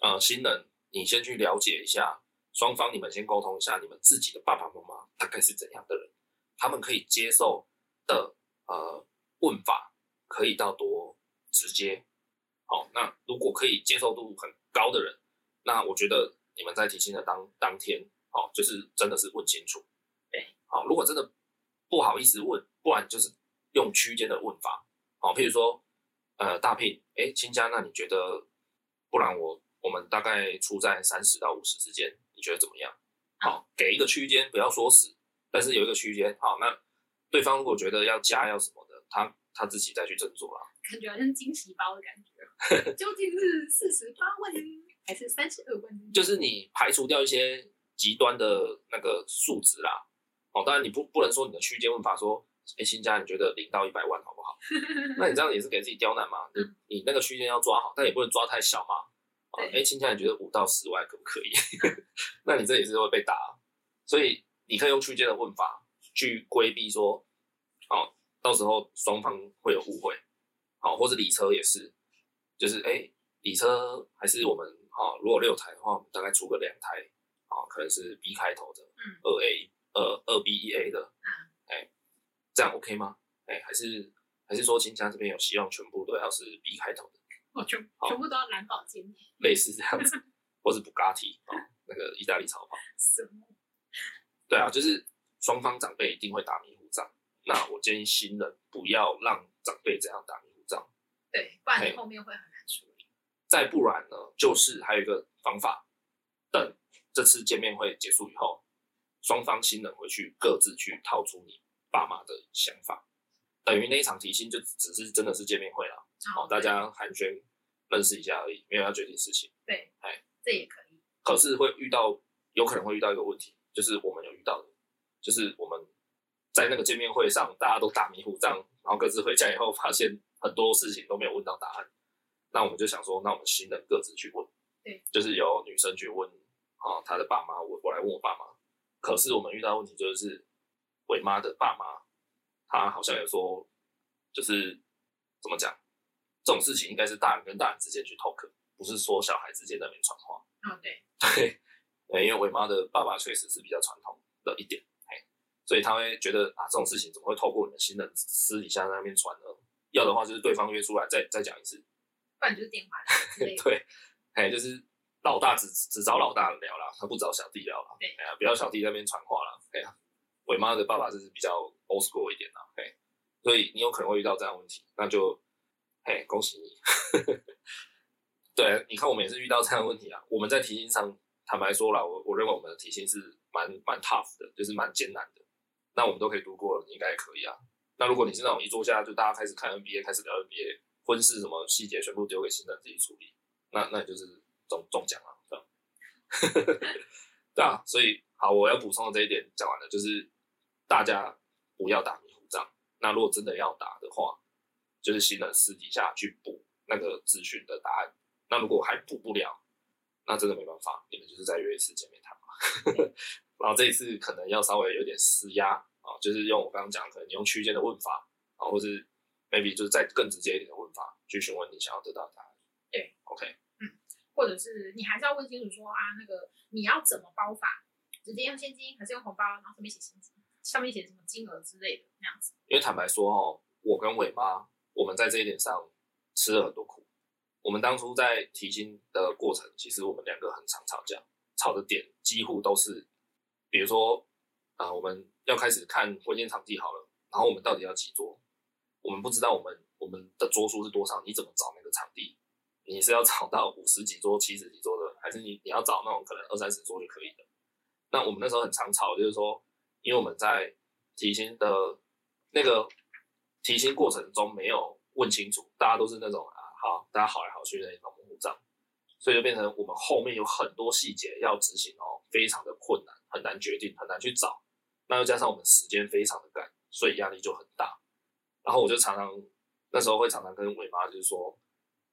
A: 呃，新人你先去了解一下双方，你们先沟通一下你们自己的爸爸妈妈大概是怎样的人，他们可以接受的呃问法可以到多直接。好、那如果可以接受度很高的人，那我觉得你们在提亲的当当天，哦，就是真的是问清楚。
B: 对，
A: 好、如果真的不好意思问，不然就是用区间的问法。好、譬如说，呃，大聘，哎，亲家，那你觉得，不然我我们大概出在三十到五十之间，你觉得怎么样？好、给一个区间，不要说死，但是有一个区间。好、那对方如果觉得要加要什么的，他他自己再去斟酌啦。
B: 感觉好像惊喜包的感 觉，哦究竟是四十八万还是三十二万？
A: 就是你排除掉一些极端的那个数值啦。哦，当然你不不能说你的区间问法说，哎、新家你觉得零到一百万好不好？ 那你这样也是给自己刁难嘛。你
B: 嗯
A: 你那个区间要抓好，但也不能抓太小嘛。啊，哎、
B: 对
A: 新家你觉得五到十万可不可以？ 那你这也是会被打，所以你可以用区间的问法去规避说，哦，到时候双方会有误会，好、或者理车也是，就是哎、诶理车还是我们啊、哦如果六台的话，我们大概出个两台啊、哦可能是 B 开头的，
B: 嗯，
A: 二 A 呃二 B 一 A 的，哎、这样 OK 吗？哎、还是还是说新疆这边有希望全部都要是 B 开头的，
B: 我全
A: 好
B: 全部都要蓝宝坚尼，
A: 类似这样子， 或是布嘎提啊，哦那个意大利超跑。
B: 什么？
A: 对啊，就是双方长辈一定会打迷糊仗。那我建议新人不要让长辈这样打迷糊
B: 对，不然
A: 嘿
B: 你后面会很难处理。
A: 再不然呢，就是还有一个方法，等这次见面会结束以后，双方新人回去各自去掏出你爸妈的想法，等于那一场提亲就只是真的是见面会了，好、
B: 好
A: 大家寒暄认识一下而已，没有要决定事情。
B: 对
A: 哎，
B: 这也可以。
A: 可是会遇到，有可能会遇到一个问题，就是我们有遇到的，就是我们在那个见面会上，大家都打迷糊仗，然后各自回家以后，发现很多事情都没有问到答案。那我们就想说，那我们新人各自去问，
B: 对，
A: 就是由女生去问啊，她的爸妈，我我来问我爸妈。可是我们遇到的问题就是，伟妈的爸妈，他好像有说，就是怎么讲，这种事情应该是大人跟大人之间去 talk，不是说小孩之间在那边传话。
B: 嗯，对，
A: 对，呃因为伟妈的爸爸确实是比较传统的一点，嘿，所以他会觉得啊，这种事情怎么会透过你的新人私底下在那边传呢？要的话就是对方约出来再再讲一次，
B: 不然就是电话聊之类的。
A: 对，哎，就是老大只只找老大聊啦，他不找小弟聊啦，
B: 对
A: 哎呀，不要小弟在那边传话啦，哎呀，伟妈的爸爸是比较 old school 一点啦，哎，所以你有可能会遇到这样的问题，那就，哎，恭喜你， 对，你看我们也是遇到这样的问题啊，我们在提薪上，坦白说啦，我我认为我们的提薪是蛮蛮 tough 的，就是蛮艰难的，那我们都可以度过了，你应该也可以啊。那如果你是那种一坐下就大家开始看 NBA，开始聊 NBA，婚事什么细节全部丢给新人自己处理，那那你就是中中奖了， 对吧？对啊，所以好，我要补充的这一点讲完了，就是大家不要打迷糊仗。那如果真的要打的话，就是新人私底下去补那个咨询的答案。那如果还补不了，那真的没办法，你们就是再约一次见面谈嘛。 然后这一次可能要稍微有点施压啊，就是用我刚刚讲的，可能你用区间的问法啊，或是 maybe 就是再更直接一点的问法去询问你想要得到的答案。
B: 对
A: ，OK。
B: 或者是你还是要问清楚说啊，那个你要怎么包法？直接用现金还是用红包？然后上面写现金，上面写什么金额之类的那样子。
A: 因为坦白说哦，我跟伟妈，我们在这一点上吃了很多苦。我们当初在提薪的过程，其实我们两个很常吵架，吵的点几乎都是，比如说啊、我们要开始看婚宴场地好了，然后我们到底要几桌？我们不知道我们我们的桌数是多少，你怎么找那个场地？你是要找到五十几桌、七十几桌的，还是你你要找那种可能二三十桌就可以的？那我们那时候很常吵，就是说，因为我们在提薪的那个提薪过程中没有问清楚，大家都是那种啊，好，大家好来好去的那种模糊账，所以就变成我们后面有很多细节要执行哦，非常的困难，很难决定，很难去找。那又加上我们时间非常的赶，所以压力就很大。然后我就常常那时候会常常跟伟妈就是说，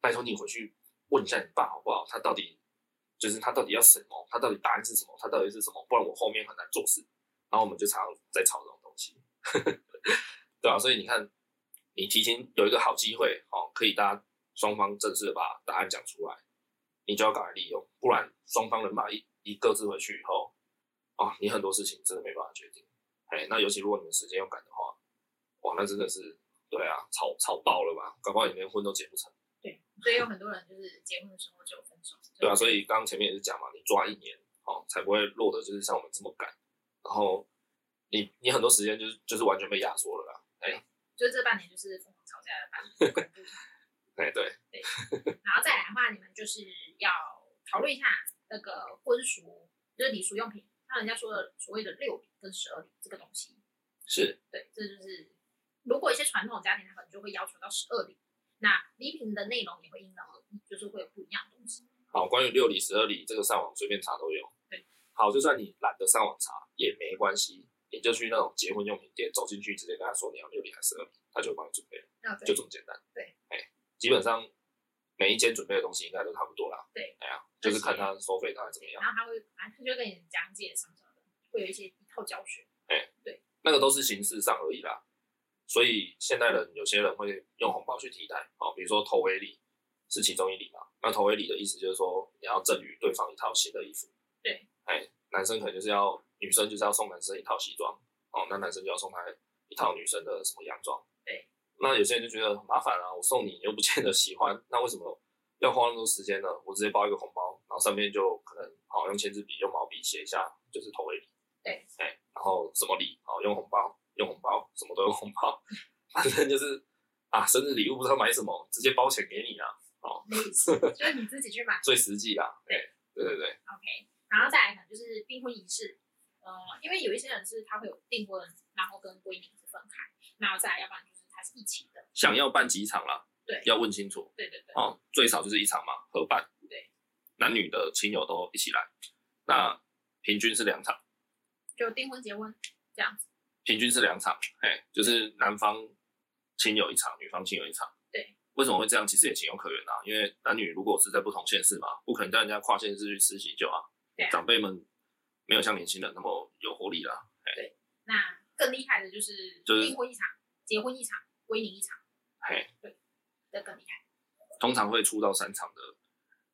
A: 拜托你回去问一下你爸好不好，他到底就是他到底要什么，他到底答案是什么，他到底是什么，不然我后面很难做事。然后我们就常常在吵这种东西。 对啊，所以你看，你提前有一个好机会哦，可以大家双方正式的把答案讲出来，你就要赶快利用，不然双方人马一一各自回去以后，啊、你很多事情真的没办法决定。哎，那尤其如果你们时间又赶的话，哇，那真的是对啊，吵吵爆了吧，搞不好你连婚都结不成。
B: 所以有很多人就是结婚的时候就分手。
A: 对啊，所以刚刚前面也是讲嘛，你抓一年哦，才不会落得就是像我们这么赶，然后你你很多时间就是就是完全被压缩了啦。
B: 就这半年就是疯狂吵架的半年，恐怖
A: 哎，对，
B: 然后再来的话，你们就是要考虑一下那个婚俗，就是礼俗用品，像人家说的所谓的六礼跟十二礼这个东西，
A: 是。
B: 对，这就是如果一些传统家庭，他可能就会要求到十二礼，那礼品的内容也会因人而异，就是会有不一样的东西。
A: 好，关于六里、十二里，这个上网随便查都有。
B: 对，
A: 好，就算你懒得上网查也没关系，你就去那种结婚用品店走进去，直接跟他说你要六里还是十二里，他就会帮你准备了，
B: 那
A: 就
B: 对
A: 这么简单。
B: 对，
A: 哎、基本上每一间准备的东西应该都差不多啦。
B: 对，
A: 哎呀，就是看他收费大概怎么样。
B: 然后他会，反正他就会跟你讲解什么什么的，会有一些一套教学。
A: 那个都是形式上而已啦。所以现代人有些人会用红包去替代，哦，比如说头尾礼是其中一礼嘛。那头尾礼的意思就是说你要赠予对方一套新的衣服。
B: 对，
A: 哎，男生可能就是要女生就是要送男生一套西装，哦，那男生就要送他一套女生的什么洋装。
B: 对，
A: 那有些人就觉得很麻烦啊，我送你你又不见得喜欢，那为什么要花那么多时间呢？我直接包一个红包，然后上面就可能好、用签字笔、用毛笔写一下，就是头尾礼。哎、 然后什么礼哦，用红包，用红包，什么都用红包，反正就是啊，生日礼物不知道买什么，直接包钱给你啊，
B: 类 似，就是你自己去买。
A: 最实际啊。对对对对，
B: OK，然后再来可能就是订婚仪式，呃，因为有一些人是他会有订婚，然后跟归宁是分开，然后再来，要不然就是他是一起的，
A: 想要办几场啦，
B: 对
A: 要问清楚
B: 对对对，
A: 哦，最少就是一场嘛，合办，
B: 对，
A: 男女的亲友都一起来，那平均是两场，
B: 就订婚结婚这样子，
A: 平均是两场，哎，就是男方亲友一场，女方亲友一场。
B: 对，
A: 为什么会这样？其实也情有可原啊，因为男女如果是在不同县市嘛，不可能带人家跨县市去吃喜酒啊。
B: 对啊
A: 长辈们没有像年轻人那么有活力啦。
B: 那更厉害的就是
A: 就是
B: 订婚一场，结婚一场，归宁一场
A: 嘿，
B: 的更厉害。
A: 通常会出到三场的，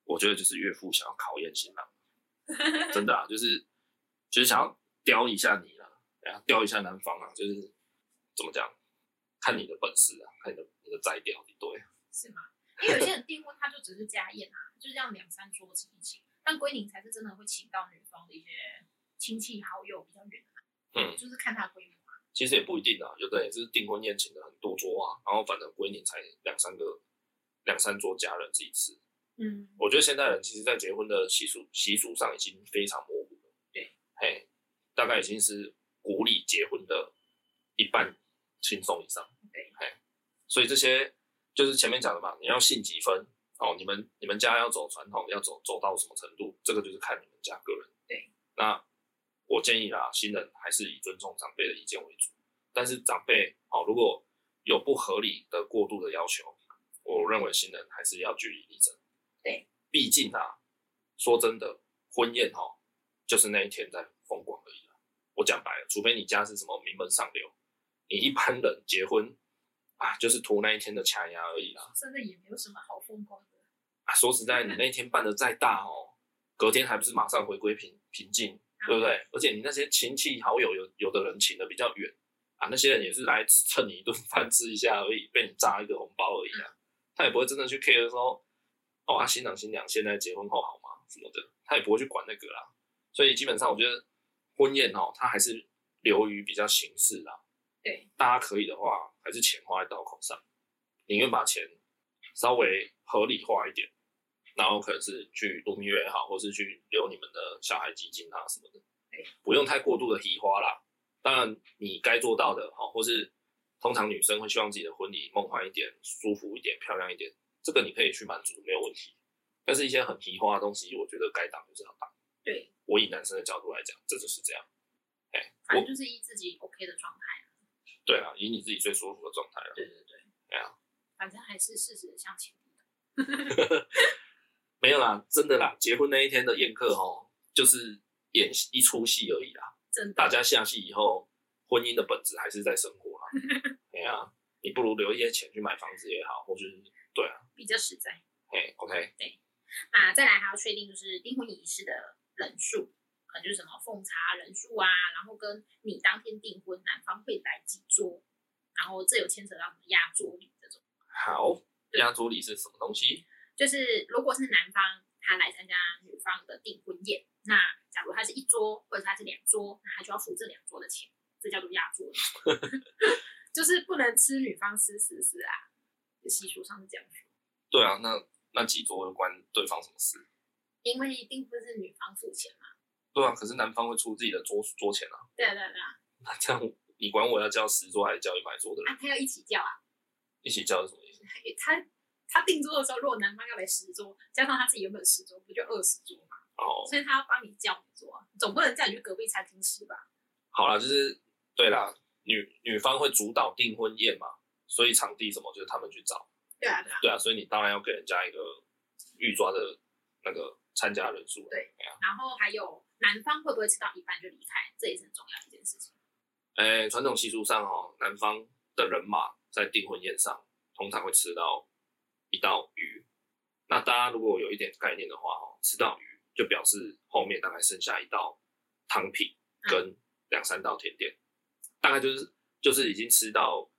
A: 我觉得就是岳父想要考验新郎， 真的啊，就是就是想要刁一下你啦，然后刁一下男方啊，就是怎么讲，看你的本事啊，看你的你的摘掉你对。
B: 是吗？因为有些人订婚他就只是家宴啊，就这样两三桌请一请，但归宁才是真的会请到女方的一些亲戚好友比较远的，
A: 嗯
B: 就是看他规模啊。
A: 其实也不一定啊，有的人也是订婚宴请的很多桌啊，然后反正归你才两三个、两三桌家人自己吃。
B: 嗯，
A: 我觉得现代人其实，在结婚的习俗习俗上已经非常模糊了。
B: 对，
A: 嘿，大概已经是古礼结婚的一半轻松以上。
B: 对，
A: 嘿，所以这些就是前面讲的嘛，你要信几分哦，你们你们家要走传统，要走走到什么程度，这个就是看你们家个人。
B: 对，
A: 那我建议啦，新人还是以尊重长辈的意见为主，但是长辈哦，如果有不合理的过度的要求，我认为新人还是要据理力争。毕竟啊，说真的，婚宴哈，就是那一天在风光而已啦。我讲白了，除非你家是什么名门上流，你一般人结婚啊，就是图那一天的掐牙而已啦。
B: 真的也没有什么好风光的。
A: 啊，说实在，你那一天办的再大哦，隔天还不是马上回归平平静，对不对？而且你那些亲戚好友有有的人请的比较远啊，那些人也是来蹭你一顿饭吃一下而已，被你扎一个红包而已啊，他也不会真的去 care 说，哦，啊，新郎新娘现在结婚后好吗什么的，他也不会去管那个啦。所以基本上我觉得婚宴哦，它还是流于比较形式啦。
B: 对，
A: 大家可以的话，还是钱花在刀口上，宁愿把钱稍微合理化一点，然后可能是去度蜜月也好，或是去留你们的小孩基金啊什么的
B: 对，
A: 不用太过度的提花啦。当然，你该做到的哈，或是通常女生会希望自己的婚礼梦幻一点、舒服一点、漂亮一点，这个你可以去满足，没有问题。但是一些很提花的东西，我觉得该挡就是要挡。
B: 对，
A: 我以男生的角度来讲，这就是这样。哎、
B: 反正
A: 我
B: 就是以自己 OK 的状态。
A: 对啊，以你自己最舒服的状态了。
B: 对对对，
A: 对啊，
B: 反正还是适时的向前。
A: 没有啦，真的啦，结婚那一天的宴客哦，就是演一出戏而已啦。
B: 真的，
A: 大家下戏以后，婚姻的本质还是在生活啦。对啊，你不如留一些钱去买房子也好，或是对啊，
B: 比较实在。
A: 哎，OK，
B: 那再来还要确定就是订婚仪式的人数，可能就是什么奉茶人数啊，然后跟你当天订婚男方会来几桌，然后这有牵扯到什么压桌礼这种。
A: 好，压桌礼是什么东西？
B: 就是如果是男方他来参加女方的订婚宴，那假如他是一桌或者他是两桌，那他就要付这两桌的钱，这叫做压桌礼， 就是不能吃女方吃死死啊，习俗上是这样说。
A: 对啊，那那几桌又关对方什么事？
B: 因为订婚是女方付钱嘛，
A: 对啊，可是男方会出自己的桌桌钱啊，
B: 对啊对啊对啊，
A: 那这样你管我要叫十桌还是叫一百桌的人
B: 啊他要一起叫啊，
A: 一起叫是什么意思？
B: 他他订桌的时候，如果男方要来十桌，加上他自己原本十桌，不就二十桌嘛，
A: 哦，
B: 所以他要帮你叫你桌啊，总不能叫你去隔壁餐厅吃吧？
A: 好啦，就是对啦，女女方会主导订婚宴嘛，所以场地什么就是他们去找。
B: 对啊对啊，
A: 对啊，所以你当然要给人家一个预抓的那个参加人数。
B: 对
A: 哎呀，
B: 然后还有男方会不会吃到一半就离开，这也是很重要的一件事情。
A: 哎，传统习俗上哦，男方的人马在订婚宴上通常会吃到一道鱼。那大家如果有一点概念的话哦，吃到鱼就表示后面大概剩下一道汤品跟两三道甜点，大概就是就是已经吃到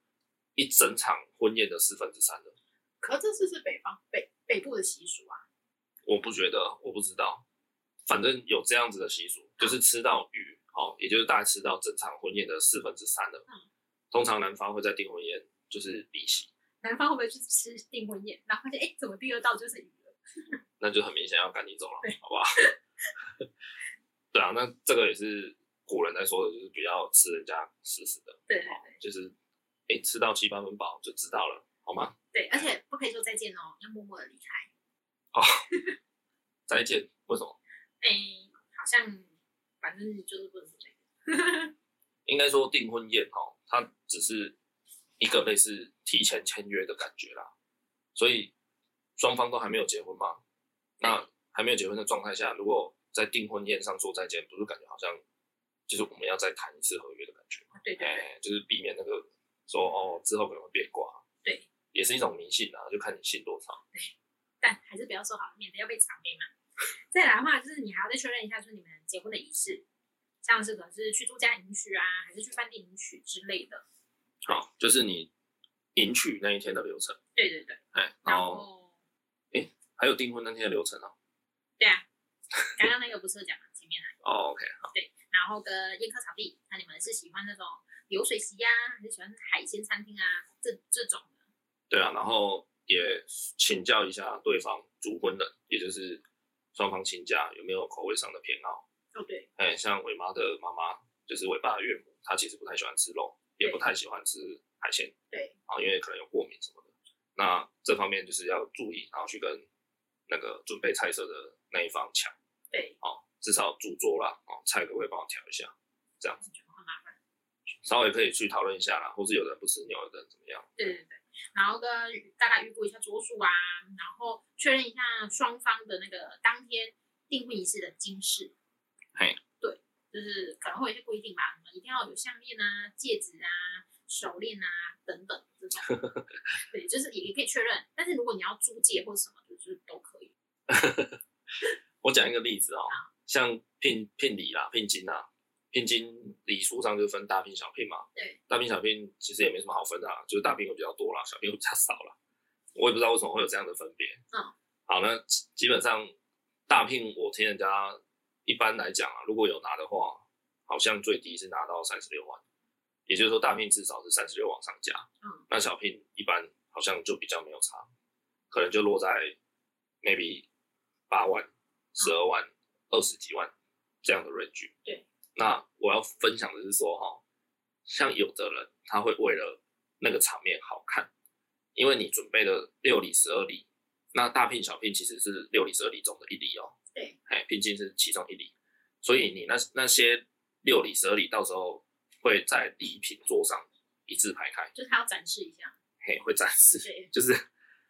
A: 一整场婚宴的四分之三了。
B: 可这次是北方北北部的习俗啊，
A: 我不觉得，我不知道，反正有这样子的习俗，就是吃到鱼，哦，也就是大概吃到整场婚宴的四分之三了。
B: 嗯
A: 通常男方会在订婚宴就是离席，
B: 男方会不会去吃订婚宴，然后发现哎，怎么第二道就是鱼了？
A: 那就很明显要赶你走了，好不好？ 对啊，那这个也是古人在说的，就是不要吃人家死死的，
B: 对对
A: 好就是哎、诶吃到七八分饱就知道了，好吗？
B: 对，而且不可以说再见哦，要默默的离开。
A: 再见，为什么？
B: 哎，好像反正就是不能说再见。
A: 应该说订婚宴哦，它只是一个类似提前签约的感觉啦，所以双方都还没有结婚嘛，那还没有结婚的状态下，如果在订婚宴上说再见，不是感觉好像就是我们要再谈一次合约的感觉吗？
B: 对对
A: 哎、
B: 对，
A: 就是避免那个说哦之后可能会变卦，
B: 对，
A: 也是一种迷信啊，就看你信多少。
B: 但还是不要说好了，免得要被长辈骂。再来的话，就是你还要再确认一下，就是你们结婚的仪式，像是可能是去住家迎娶啊，还是去饭店迎娶之类的。
A: 好，就是你迎娶那一天的流程，
B: 对对对，
A: 哎、
B: 然
A: 然后
B: 后
A: 还有订婚那天的流程哦。
B: 对啊，刚刚那个不是有讲吗？前面啊那个，
A: 哦，OK，
B: 然后跟宴客场地，那你们是喜欢那种流水席呀、还是喜欢海鲜餐厅啊？这这种的，
A: 对啊，然后也请教一下对方主婚人，也就是双方亲家有没有口味上的偏好。
B: 哦对，
A: 哎、像伟妈的妈妈就是伟爸的岳母，她其实不太喜欢吃肉，也不太喜欢吃海鲜，
B: 对，
A: 啊，因为可能有过敏什么的。那这方面就是要注意，然后去跟那个准备菜色的那一方抢，
B: 对，
A: 哦，至少主桌啦，哦，菜可不可以帮我调一下？
B: 就很麻烦。
A: 稍微可以去讨论一下啦，或是有人不吃牛，有的人怎么样？
B: 对对对，然后跟大概预估一下桌数啊，然后确认一下双方的那个当天订婚仪式的金饰。
A: 嘿，
B: 对，就是可能会有一些规定吧，什么一定要有项链啊、戒指啊、手链啊等等这种。对，就是也也可以确认，但是如果你要租借或什么，就是都可以。
A: 我讲一个例子哦，像聘聘礼啦、聘金啦、聘金礼俗上就分大聘、小聘嘛。
B: 对，
A: 大聘、小聘其实也没什么好分的啦，就是大聘会比较多啦，小聘会比较少啦。我也不知道为什么会有这样的分别。
B: 嗯，
A: 好，那基基本上大聘我听人家一般来讲啊，如果有拿的话，好像最低是拿到三十六万，也就是说大聘至少是三十六往上加。
B: 嗯，
A: 那小聘一般好像就比较没有差，可能就落在 maybe 八万、十二万、二十几万这样的 range。
B: 对，
A: 那我要分享的是说哈，像有的人他会为了那个场面好看，因为你准备了六礼、十二礼，那大聘、小聘其实是六礼、十二礼中的一礼哦。
B: 对，
A: 哎，聘金是其中一礼，所以你那那些六礼、十二礼到时候会在礼品桌上一字排开。
B: 就是他要展示一下。
A: 嘿，会展示，
B: 对
A: 就是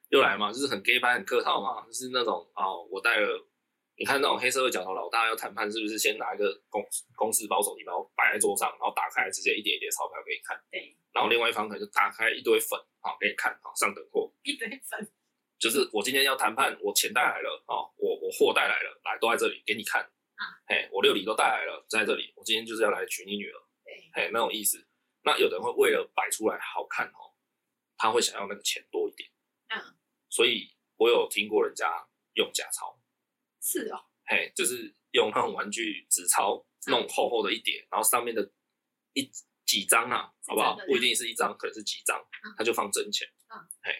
A: 又来嘛，就是很 gay 班、很客套嘛，就是那种哦，我带了，你看那种黑社会角头老大要谈判，是不是先拿一个公公事包手提包摆在桌上，然后打开，直接一叠一叠钞票给你看，
B: 对，
A: 然后另外一方可能就打开一堆粉啊、哦给你看啊、哦上等货，
B: 一堆粉。
A: 就是我今天要谈判，我钱带来了啊、哦我我货带来了，来都在这里给你看，
B: 啊
A: 嘿，我六礼都带来了，在这里，我今天就是要来娶你女儿。
B: 对，
A: 哎，那种意思。那有的人会为了摆出来好看哦，他会想要那个钱多一点。
B: 嗯，
A: 所以我有听过人家用假钞，
B: 是哦，
A: 嘿，就是用那种玩具纸钞
B: 嗯
A: 弄厚厚的一叠，然后上面的一几张啊，
B: 是
A: 好不好
B: 真的？
A: 不一定是一张，可能是几张
B: 嗯，
A: 他就放真钱。
B: 嗯，
A: 嘿，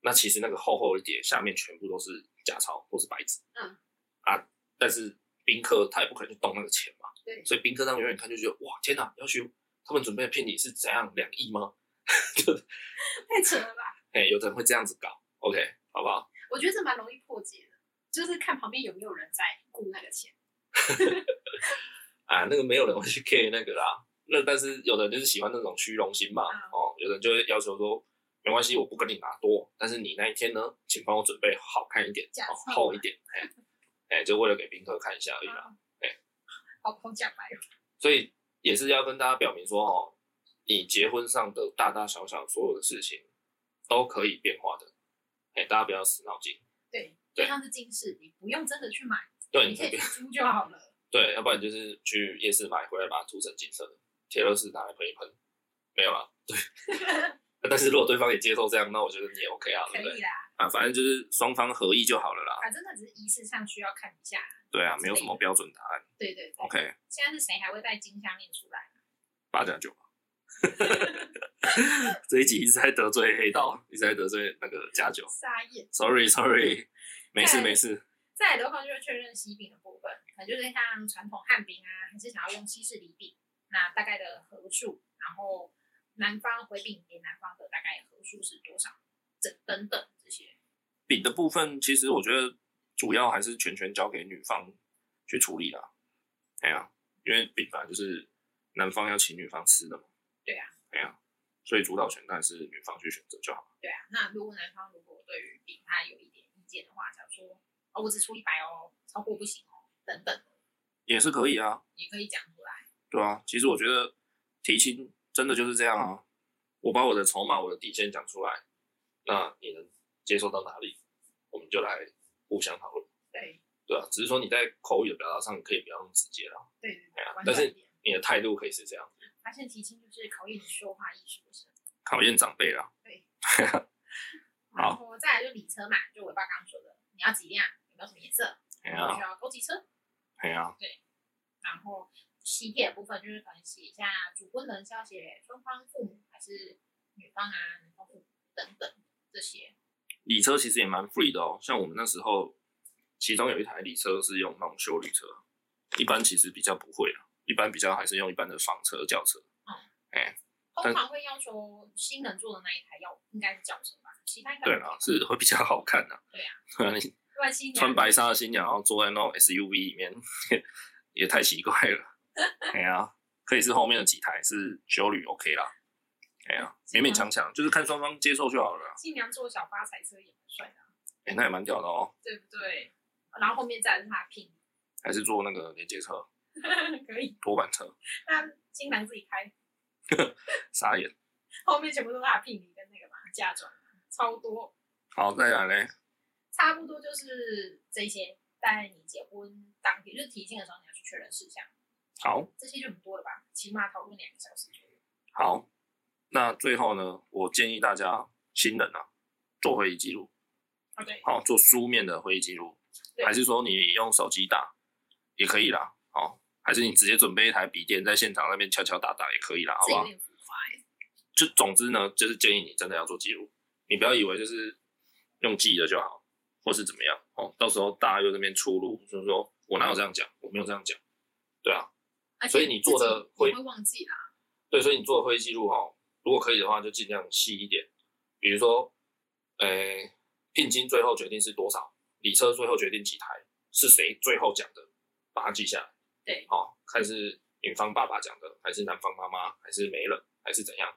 A: 那其实那个厚厚一叠下面全部都是假钞或是白纸。
B: 嗯，
A: 啊，但是宾客他也不可能去动那个钱嘛。
B: 对，
A: 所以宾客当远远看就觉得哇，天哪，要去他们准备的聘礼是怎样两亿吗？
B: 太扯了吧。
A: 哎、有的人会这样子搞，OK，好不好？
B: 我觉得这蛮容易破解的，就是看旁边有没有人在顾那个钱。
A: 啊，那个没有人会去 care 那个啦。那但是有的人就是喜欢那种虚荣心嘛，
B: 嗯
A: 哦，有人就会要求说，没关系，我不跟你拿多，但是你那一天呢，请帮我准备好看一点，
B: 假
A: 哦
B: 钞啊
A: 厚一点，哎、哎、就为了给宾客看一下而已啦。对
B: 好空讲白了。
A: 所以也是要跟大家表明说哦，你结婚上的大大小小所有的事情都可以变化的，哎、大家不要死脑筋。
B: 对，
A: 对
B: 就像是金饰，你不用真的去买，
A: 对，
B: 你可
A: 可以
B: 以去租就好 了。
A: 对，要不然就是去夜市买回来把它涂成金色的，铁乐士拿来喷一喷，没有啦。 对，但是如果对方也接受这样，那我觉得你也 OK 啊，
B: 可
A: 对不
B: 以
A: 对？
B: 啦，
A: 啊，反正就是双方合意就好了啦。
B: 反正那只是仪式上需要看一下。
A: 对啊，没有什么标准答案。
B: 对对对
A: OK，
B: 现在是谁还会带金项链出来？
A: 八加九吧。 这一集一直在得罪黑道，一直在得罪那个家酒。
B: 撒野。
A: Sorry，Sorry，没事
B: 对
A: 没事。
B: 再来的话就是确认西饼的部分，可能就是像传统汉饼啊，还是想要用西式礼饼，那大概的盒数，然后南方回饼给南方的大概盒数是多少，等等等这些。
A: 饼的部分，其实我觉得主要还是全权交给女方去处理啦。哎呀、因为饼本来就是男方要请女方吃的嘛。
B: 对啊。
A: 哎呀、所以主导权当然是女方去选择就好了。
B: 对啊，那如果南方如果对于饼他有一点意见的话，假如说哦我只出一百哦，超过不行哦，等等
A: 也是可以啊，
B: 也可以讲出来。
A: 对啊。其实我觉得提亲真的就是这样啊，我把我的筹码、我的底线讲出来，那你能接受到哪里，我们就来互相讨论。
B: 对
A: 对啊，只是说你在口语的表达上可以不要那么直接啦，
B: 对对
A: 哎呀
B: 对，婉
A: 但是
B: 转一点。
A: 你的态度可以是这样。
B: 发现提亲就是考验你说话艺术的时候。
A: 考验长辈啦。好
B: 然后再来就礼车嘛，就我爸刚刚说的，你要几辆，有没有什么颜色，
A: 哎
B: 然后
A: 呀
B: 需，要高级车，
A: 哎呀，
B: 然后喜帖的部分就是可能写一下主婚人是要写双方父母还是女方啊、男方父母等等这些。
A: 礼车其实也蛮 free 的哦。像我们那时候，其中有一台礼车是用那种修理车，一般其实比较不会啊，一般比较还是用一般的房车、轿车。
B: 通常会要求新人坐的那一台要应该是轿车吧，其他应该
A: 对啦，是会比较好看的、啊。
B: 对啊，
A: 对啊，你
B: 乱新娘
A: 穿白纱的新娘，然后坐在那种 SUV 里面，也太奇怪了。哎呀，可以是后面的几台是修理 OK 啦。哎呀，勉勉强强，就是看双方接受就好了啦。
B: 新娘坐小发财车也蛮帅的啊、
A: 哎、那也蛮屌的哦，
B: 对不对？然后后面再来是他的聘礼，
A: 还是坐那个连接车、
B: 可以，
A: 拖板车，
B: 那新郎自己开，
A: 傻眼。
B: 后面全部都是他的聘礼跟那个嘛嫁妆，超多。
A: 好，再来嘞。
B: 差不多就是这些。在你结婚当天，就是提亲的时候，你要去确认事项，
A: 好，
B: 这些就很多了吧？起码讨论两个小时左右。
A: 好，那最后呢，我建议大家新人啊，做会议记录，
B: 哦，对，
A: 好，做书面的会议记录，
B: 对
A: 还是说你用手机打也可以啦，好，还是你直接准备一台笔电在现场那边敲敲打打也可以啦，好
B: 这
A: 不
B: 有
A: 好？
B: 点浮夸哎。
A: 就总之呢，就是建议你真的要做记录，你不要以为就是用记的就好，或是怎么样哦，到时候大家又在那边出入，就是说我哪有这样讲，我没有这样讲，对啊，
C: 而
A: 所以你做的会
C: 你会忘记啦，
A: 对，所以你做会议记录哦，如果可以的话，就尽量细一点。比如说，呃，聘金最后决定是多少，礼车最后决定几台，是谁最后讲的，把它记下来。
C: 对，
A: 哦，看是女方爸爸讲的，还是男方妈妈，还是媒人，还是怎样？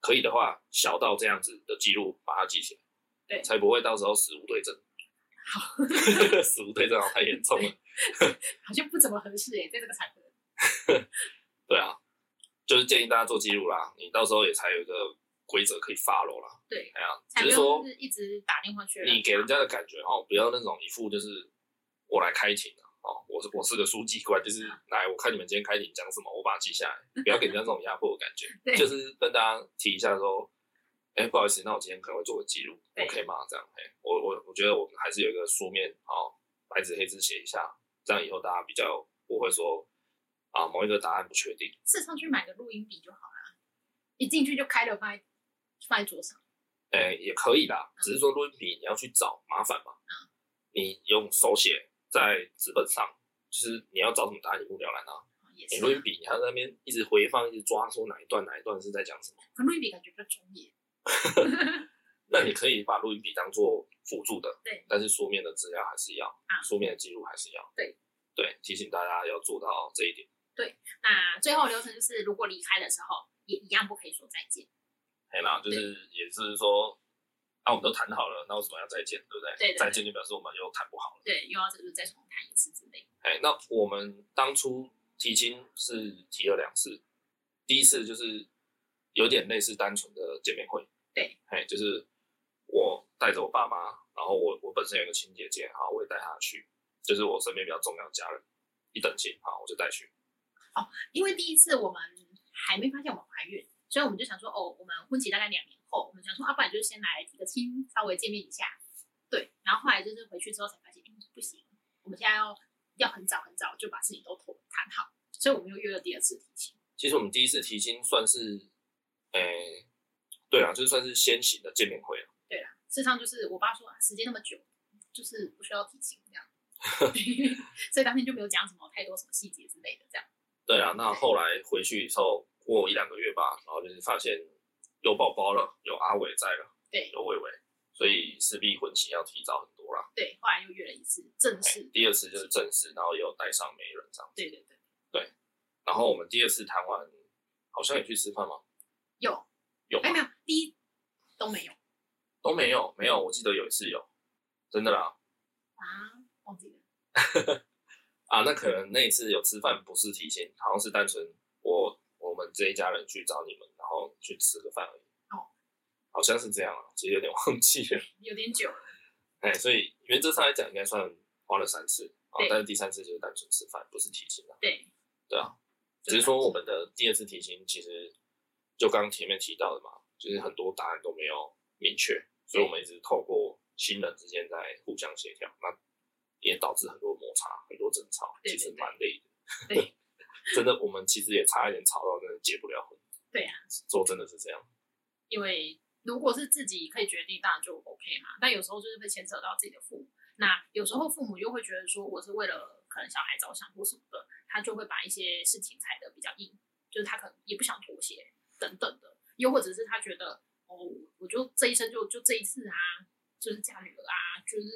A: 可以的话，小到这样子的记录，把它记起来。
C: 对
A: 才不会到时候死无对证。好， 死无对证好像太严重了。
C: 好像不怎么合适哎、在这个 场合。
A: 对啊，就是建议大家做记录啦，你到时候也才有一个规则可以 follow 啦。
C: 对，
A: 哎呀，
C: 才
A: 只
C: 不
A: 是说
C: 用就是一直打电话确认。
A: 你给人家的感觉哈、哦，不要那种一副就是我来开庭啊，哦，我是我是个书记官，就是来我看你们今天开庭讲什么，我把它记下来，不要给人家这种压迫的感觉。
C: 对
A: 就是跟大家提一下说，哎、不好意思，那我今天可能会做个记录
C: 对
A: ，OK 吗？这样，哎、我我我觉得我们还是有一个书面，好、白纸黑字写一下，这样以后大家比较不会说啊某一个答案不确定。
C: 市场去买个录音笔就好啦，一进去就开了放在放在桌上。
A: 哎，也可以啦，只
C: 嗯
A: 是说录音笔你要去找麻烦嘛。你用手写在纸本上，就是你要找什么答案，你不了然啊。
C: 哦也
A: 你
C: 是
A: 录音
C: 啊，
A: 笔，你还在那边一直回放，一直抓，说哪一段哪一段是在讲什么。
C: 可录音笔感觉比较专业。
A: 那你可以把录音笔当做辅助的，
C: 对，
A: 但是书面的资料还是要，
C: 啊
A: 书面的记录还是要，
C: 对，
A: 对，提醒大家要做到这一点。
C: 那最后流程就是，如果离开的时候，也一样不可以说再见。
A: 哎啦，就是也是说，啊，我们都谈好了，那为什么要再见，对不对？
C: 对对对
A: 再见就表示我们又谈不好了。
C: 对，又要再就是再重谈一次之类的。
A: 哎，那我们当初提亲是提了两次，第一次就是有点类似单纯的见面会，
C: 对，
A: 哎，就是我带着我爸妈，然后我我本身有一个亲姐姐，哈，我也带她去，就是我身边比较重要的家人，一等亲，哈，我就带去，
C: 因为第一次我们还没发现我们怀孕，所以我们就想说，哦，我们婚期大概两年后，我们想说，要、啊不然就先来提个亲，稍微见面一下。对，然后后来就是回去之后才发现，嗯，不行，我们现在要要很早很早就把事情都谈谈好，所以我们又约了第二次提亲。
A: 其实我们第一次提亲算是诶、对啊，就是算是先行的见面会啊。
B: 对啦，事实上就是我爸说、啊、时间那么久，就是不需要提醒这样，所以当天就没有讲什么太多什么细节之类的这样。
A: 对啊，那后来回去之后过一两个月吧，然后就是发现有宝宝了，有阿伟在了，
B: 对
A: 有伟伟，所以势必婚期要提早很多啦。
B: 对，后来又约了一次正
A: 哎
B: 式。
A: 第二次就是正式，然后也有带上媒人这样。
B: 对对对，
A: 然后我们第二次谈完，好像也去吃饭吗？
B: 有
A: 有
B: 哎
A: 吗
B: 没？有第一都没有
A: 都没有，没有。我记得有一次有，真的啦。
B: 啊，忘记了。
A: 啊，那可能那一次有吃饭不是提醒，好像是单纯我我们这一家人去找你们，然后去吃个饭而已。
B: 哦，
A: 好像是这样啊，其实有点忘记了。
B: 有点久了，
A: 哎，所以原则上来讲，应该算花了三次啊
B: 对，
A: 但是第三次就是单纯吃饭，不是提醒啊。
B: 对，
A: 对啊，只是说我们的第二次提醒，其实就刚刚前面提到的嘛，就是很多答案都没有明确，所以我们一直透过新人之间在互相协调，那也导致很多摩擦、很多争吵，
B: 对
A: 其实蛮累的。
B: 对
A: 真的，我们其实也差一点吵到真的结不了婚。
B: 对啊，
A: 说真的是这样。
B: 因为如果是自己可以决定，当然就 OK 嘛。但有时候就是会牵扯到自己的父母，那有时候父母又会觉得说我是为了可能小孩着想或什么的，他就会把一些事情踩得比较硬，就是他可能也不想妥协等等的，又或者是他觉得哦，我就这一生就就这一次啊，就是嫁女儿啊，就是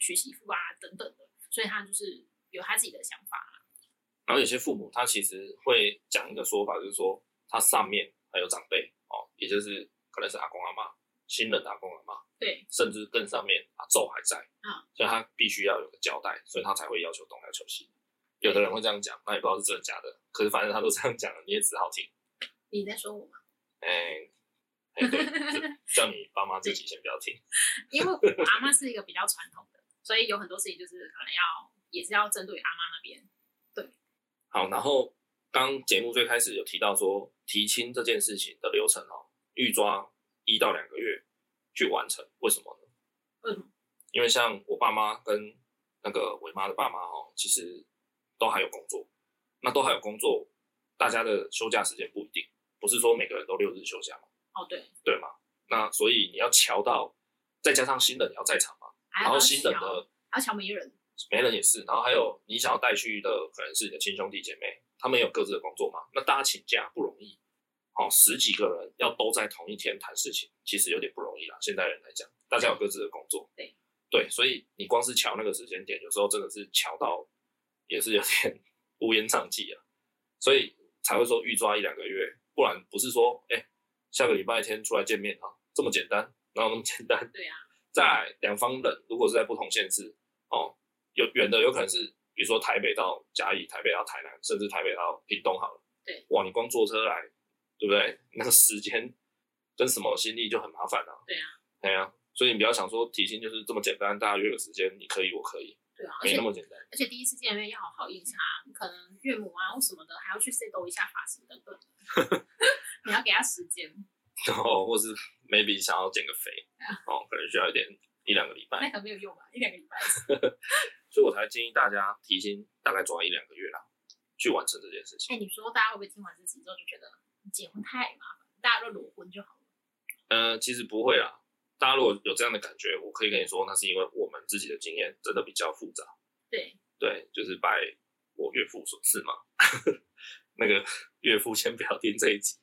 B: 娶媳妇啊等等的，所以他就是有他自己的想法啊。
A: 然后有些父母他其实会讲一个说法，就是说他上面还有长辈哦，也就是可能是阿公阿妈、新人的阿公阿妈，
B: 对，
A: 甚至更上面阿昼还在，
B: 嗯，
A: 所以他必须要有个交代，所以他才会要求东要求西。有的人会这样讲，那也不知道是真的假的，可是反正他都这样讲了，你也只好听。
B: 你在说我吗？
A: 哎、哎、对，就叫你爸妈自己先不要听。
B: 因为我阿妈是一个比较传统的，所以有很多事情就是可能要也是要针对阿妈那边。
A: 好，然后刚节目最开始有提到说提亲这件事情的流程哦，预抓一到两个月去完成，为什么呢？
B: 嗯，
A: 因为像我爸妈跟那个伟妈的爸妈哦，其实都还有工作，那都还有工作，大家的休假时间不一定，不是说每个人都六日休假嘛，
B: 哦对，
A: 对吗？那所以你要瞧到，再加上新人也要在场嘛，
B: 还
A: 然
B: 要
A: 后
B: 要
A: 新人
B: 瞧
A: 的
B: 还要乔媒人，
A: 媒人也是，然后还有你想要带去的可能是你的亲兄弟姐妹，他们也有各自的工作嘛，那大家请假不容易，好、十几个人要都在同一天谈事情，其实有点不容易啦。现代人来讲，大家有各自的工作，
B: 对
A: 对，所以你光是瞧那个时间点，有时候真的是瞧到也是有点乌烟瘴气啊，所以才会说预抓一两个月，不然不是说哎、下个礼拜天出来见面啊，这么简单，哪有那么简单？
B: 对啊，
A: 再来两方人如果是在不同县市哦，有远的有可能是，比如说台北到嘉义，台北到台南，甚至台北到屏东好了。
B: 对，
A: 哇，你光坐车来，对不对？那个时间跟什么心力就很麻烦啊。
B: 对啊，
A: 对啊，所以你不要想说提亲就是这么简单，大家约个时间，你可以，我可以，
B: 对啊，而
A: 没
B: 且
A: 那么简单。
B: 而且第一次见面要好好印象啊，可能岳母啊或什么的还要去 settle 一下发型等 等的，你要给他时间，
A: 然后或是 maybe 想要减个肥，哦，可能需要一点一两个礼
B: 那
A: 拜，
B: 可能没有用吧，一两个礼拜。
A: 所以我才建议大家提亲大概抓一两个月啦，去完成这件事情。
B: 哎，你说大家会不会听完这集之后就觉得结婚太麻烦，大家都裸婚就好了？
A: 呃，其实不会啦。大家如果有这样的感觉，我可以跟你说，那是因为我们自己的经验真的比较复杂。
B: 对，
A: 对，就是拜我岳父所赐嘛。 那个岳父先不要听这一集，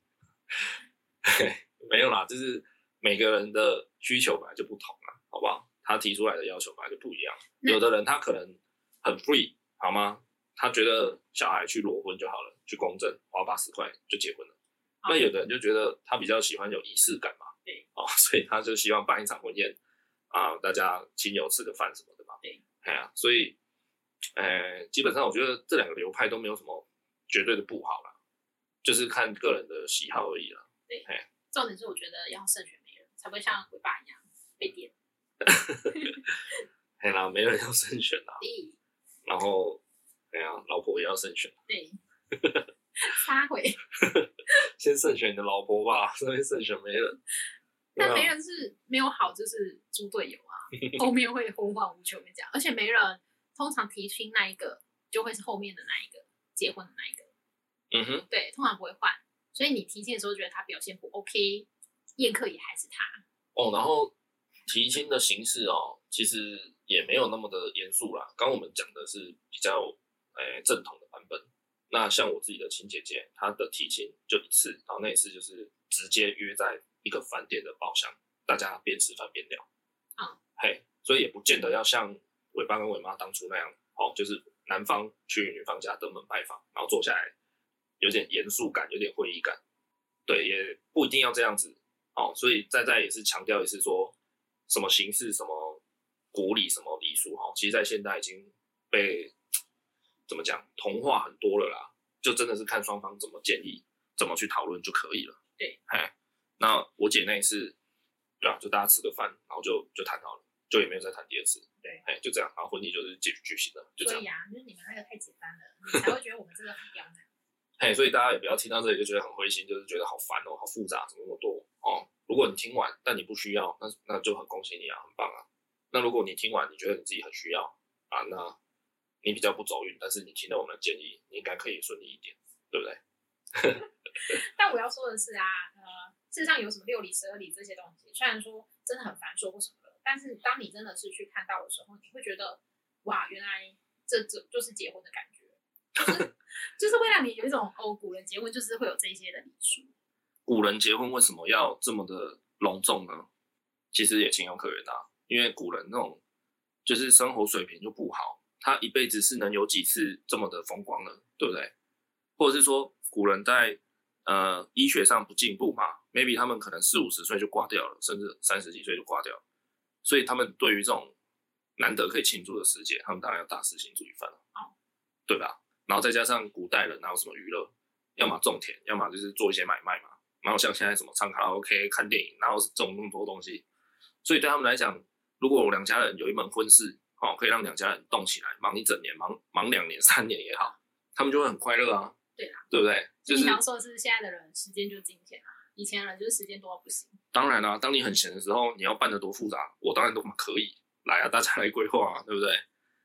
A: 没有啦，就是每个人的需求本来就不同啦，好不好？他提出来的要求本来就不一样。
B: 那
A: 有的人他可能很 free，好吗？他觉得小孩去裸婚就好了，去公证花八十块就结婚了。
B: 好
A: 那有的人就觉得他比较喜欢有仪式感嘛，
B: 对，
A: 哦，所以他就希望办一场婚宴啊、大家亲友吃个饭什么的嘛，
B: 对，
A: 哎呀、所以，呃，基本上我觉得这两个流派都没有什么绝对的不好啦，就是看个人的喜好而已啦。
B: 重点是我觉得要慎选媒人，才不会像鬼爸一样被点。
A: 哎啦，没人要慎选啦，
B: 对
A: 然后，哎呀、老婆也要慎选，
B: 对， 撒鬼。
A: 先慎选你的老婆吧， 顺便慎选媒人。
B: 但
A: 对
B: 媒
A: 啊
B: 人是没有好，就是猪 队友啊，后面会后患无穷。跟你讲，而且媒人通常提亲那一个就会是后面的那一个结婚的那一个，
A: 嗯哼，
B: 对，通常不会换。
C: 所以你提亲的时候觉得他表现不 OK，宴客也还是他。
A: 哦，然后提亲的形式哦，其实也没有那么的严肃啦。刚我们讲的是比较诶、呃正统的版本。那像我自己的亲姐姐，她的提亲就一次，然后那一次就是直接约在一个饭店的包厢，大家边吃饭边聊。
C: 嗯
A: 嘿，所以也不见得要像伟爸跟伟妈当初那样，哦，就是男方去女方家登门拜访，然后坐下来，有点严肃感，有点会议感。对，也不一定要这样子，哦，所以在在也是强调一次说，什么形式、什么古礼、什么礼俗哈，其实在现代已经被怎么讲同化很多了啦，就真的是看双方怎么建议、怎么去讨论就可以了。
C: 对，
A: 哎，那我姐那一次，对啊，就大家吃个饭，然后就就谈好了，就也没有再谈第二次。
B: 对，
A: 哎，就这样，然后婚礼就是继续举行了，就这
B: 所
A: 样
B: 以。啊，就是你们那个太简单了，你才会觉得我们这个很刁难。
A: 嘿，所以大家也不要听到这里就觉得很灰心，就是觉得好烦哦，好复杂，怎么那么多哦。如果你听完，但你不需要，那那就很恭喜你啊，很棒啊。那如果你听完，你觉得你自己很需要啊，那你比较不走运，但是你听了我们的建议，你应该可以顺利一点，对不对？
B: 但我要说的是啊，呃，事实上有什么六礼、十二礼这些东西，虽然说真的很繁琐或什么的，但是当你真的是去看到的时候，你会觉得哇，原来这这就是结婚的感觉， 就是就是会让你有一种哦，古人结婚就是会有这些的礼数。
A: 古人结婚为什么要这么的隆重呢？其实也情有可原啊，因为古人那种就是生活水平就不好，他一辈子是能有几次这么的风光呢？对不对？或者是说古人在呃医学上不进步嘛，maybe 他们可能四五十岁就挂掉了，甚至三十几岁就挂掉了，所以他们对于这种难得可以庆祝的时节，他们当然要大肆庆祝一番了，
C: 哦
A: 对吧？然后再加上古代人哪有什么娱乐，要么种田，要么就是做一些买卖嘛。然后像现在什么唱卡拉 OK、看电影，然后这种那么多东西，所以对他们来讲，如果两家人有一门婚事，哦，可以让两家人动起来，忙一整年，忙忙两年、三年也好，他们就会很快乐啊，
C: 对啦，
A: 对不对？就是
C: 你想说的是现在的人时间就金钱啊，以前人就是时间多到不行。
A: 当然啦、当你很闲的时候，你要办得多复杂，我当然都可以来啊，大家来规划啊，对不对？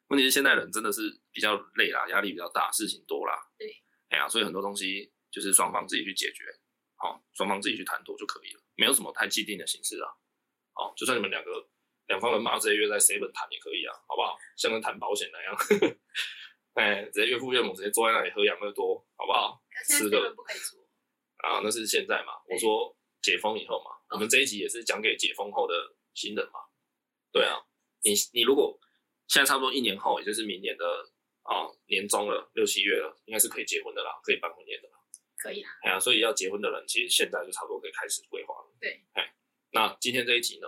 A: 问题是现代人真的是比较累啦，压力比较大，事情多啦，
C: 对，
A: 哎呀，所以很多东西就是双方自己去解决，好、双方自己去谈妥就可以了，没有什么太既定的形式啊，好、就算你们两个两方人马直接约在 seven 谈也可以啊，好不好？像跟谈保险那样， 哎，直接岳父岳母直接坐在那里喝养乐多，好不好？
C: 可
A: 是
C: 现在
A: 的
C: 结婚不可以做，
A: 啊，那是现在嘛，我说解封以后嘛，我
C: 嗯
A: 们这一集也是讲给解封后的新人嘛。对啊，你你如果现在差不多一年后，也就是明年的啊年中了，六七月了，应该是可以结婚的啦，可以办婚宴的啦。
C: 可以啦。
A: 哎呀、所以要结婚的人，其实现在就差不多可以开始规划了。
C: 对，
A: 哎，那今天这一集呢，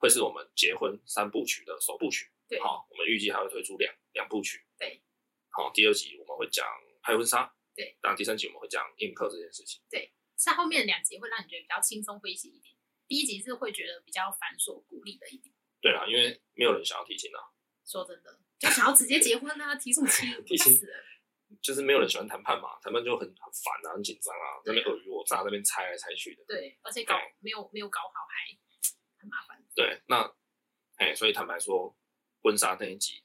A: 会是我们结婚三部曲的首部曲。
C: 对
A: 好，我们预计还会推出两两部曲。
C: 对，
A: 好，第二集我们会讲拍婚纱。
C: 对，
A: 然后第三集我们会讲映客这件事情。
C: 是后面两集会让你觉得比较轻松诙谐一点，第一集是会觉得比较繁琐、孤立的一点。
A: 对啦，因为没有人想要提亲啊，
C: 说真的，就想要直接结婚啊，提什么亲？
A: 提
C: 烦
A: 亲
C: 死了。
A: 就是没有人喜欢谈判嘛，谈判就很很烦啊，很紧张啊，那
C: 对啊
A: 边尔虞我诈，那边猜来猜去的。
C: 对，而且搞
A: 对
C: 没有没有搞好还很麻烦。
A: 对，那哎、所以坦白说，婚纱那一集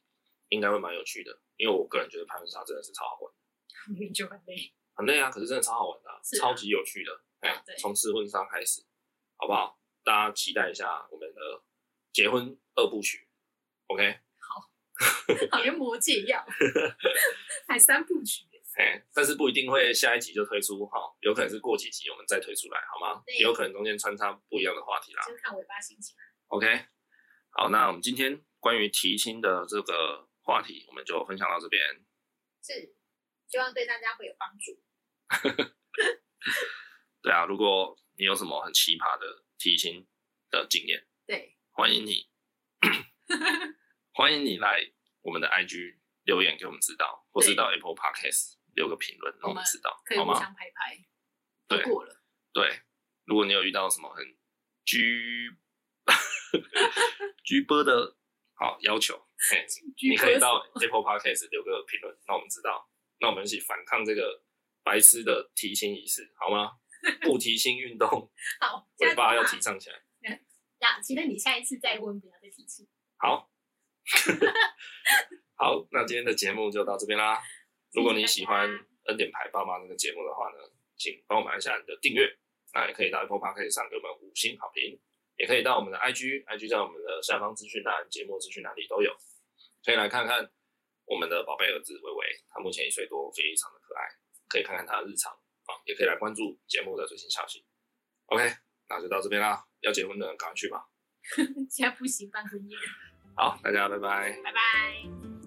A: 应该会蛮有趣的，因为我个人觉得拍婚纱真的是超好玩，
C: 明明就很累。
A: 很累啊，可是真的超好玩的啊、
C: 是啊
A: 超级有趣的。哎、
C: 对
A: 从吃婚纱开始，好不好？大家期待一下我们的结婚二部曲，OK？
C: 好像魔戒一 样，还三部曲。
A: 哎、但是不一定会下一集就推出哈、有可能是过几集我们再推出来，好吗？
C: 对
A: 也有可能中间穿插不一样的话题啦。
C: 就是看尾巴心情啊。
A: OK，好，那我们今天关于提亲的这个话题，我们就分享到这边。
B: 是，希望对大家会有帮助。
A: 对啊，如果你有什么很奇葩的提亲的经验，
C: 对，
A: 欢迎 你，欢迎你来我们的 IG 留言给我们知道，或是
C: 对
A: 到 Apple Podcast 留个评论，让我
C: 我
A: 们
C: 们
A: 知道，
C: 可以
A: 好
C: 互
A: 吗？
C: 相拍拍。都
A: 对
C: 过了，
A: 对，如果你有遇到什么很 居 居波的好要求，嘿你可以到 Apple Podcast 留个评论，让我们知道，那我们一起反抗这个白痴的提薪仪式，好吗？不提薪运动，
C: 好，
A: 尾巴要
C: 下
A: 提
C: 次啊。
A: 上起来。
C: 呀，期待你下一次再婚，不要再提 起。
A: 好， 好，那今天的节目就到这边啦。如果你喜欢
C: 谢谢大家
A: 恩典牌爸妈这个节目的话呢，请帮我们按下你的订阅，那也可以到 Apple Podcast 上给我们五星好评，也可以到我们的 IG，IG 在我们的下方资讯栏、节目资讯栏里都有，可以来看看我们的宝贝儿子维维，他目前一岁多，非常的可爱，可以看看他的日常啊，也可以来关注节目的最新消息。OK，那就到这边啦，要结婚的人赶快去吧。
C: 现在不行，办婚宴。
A: 好，大家拜拜。
C: 拜拜。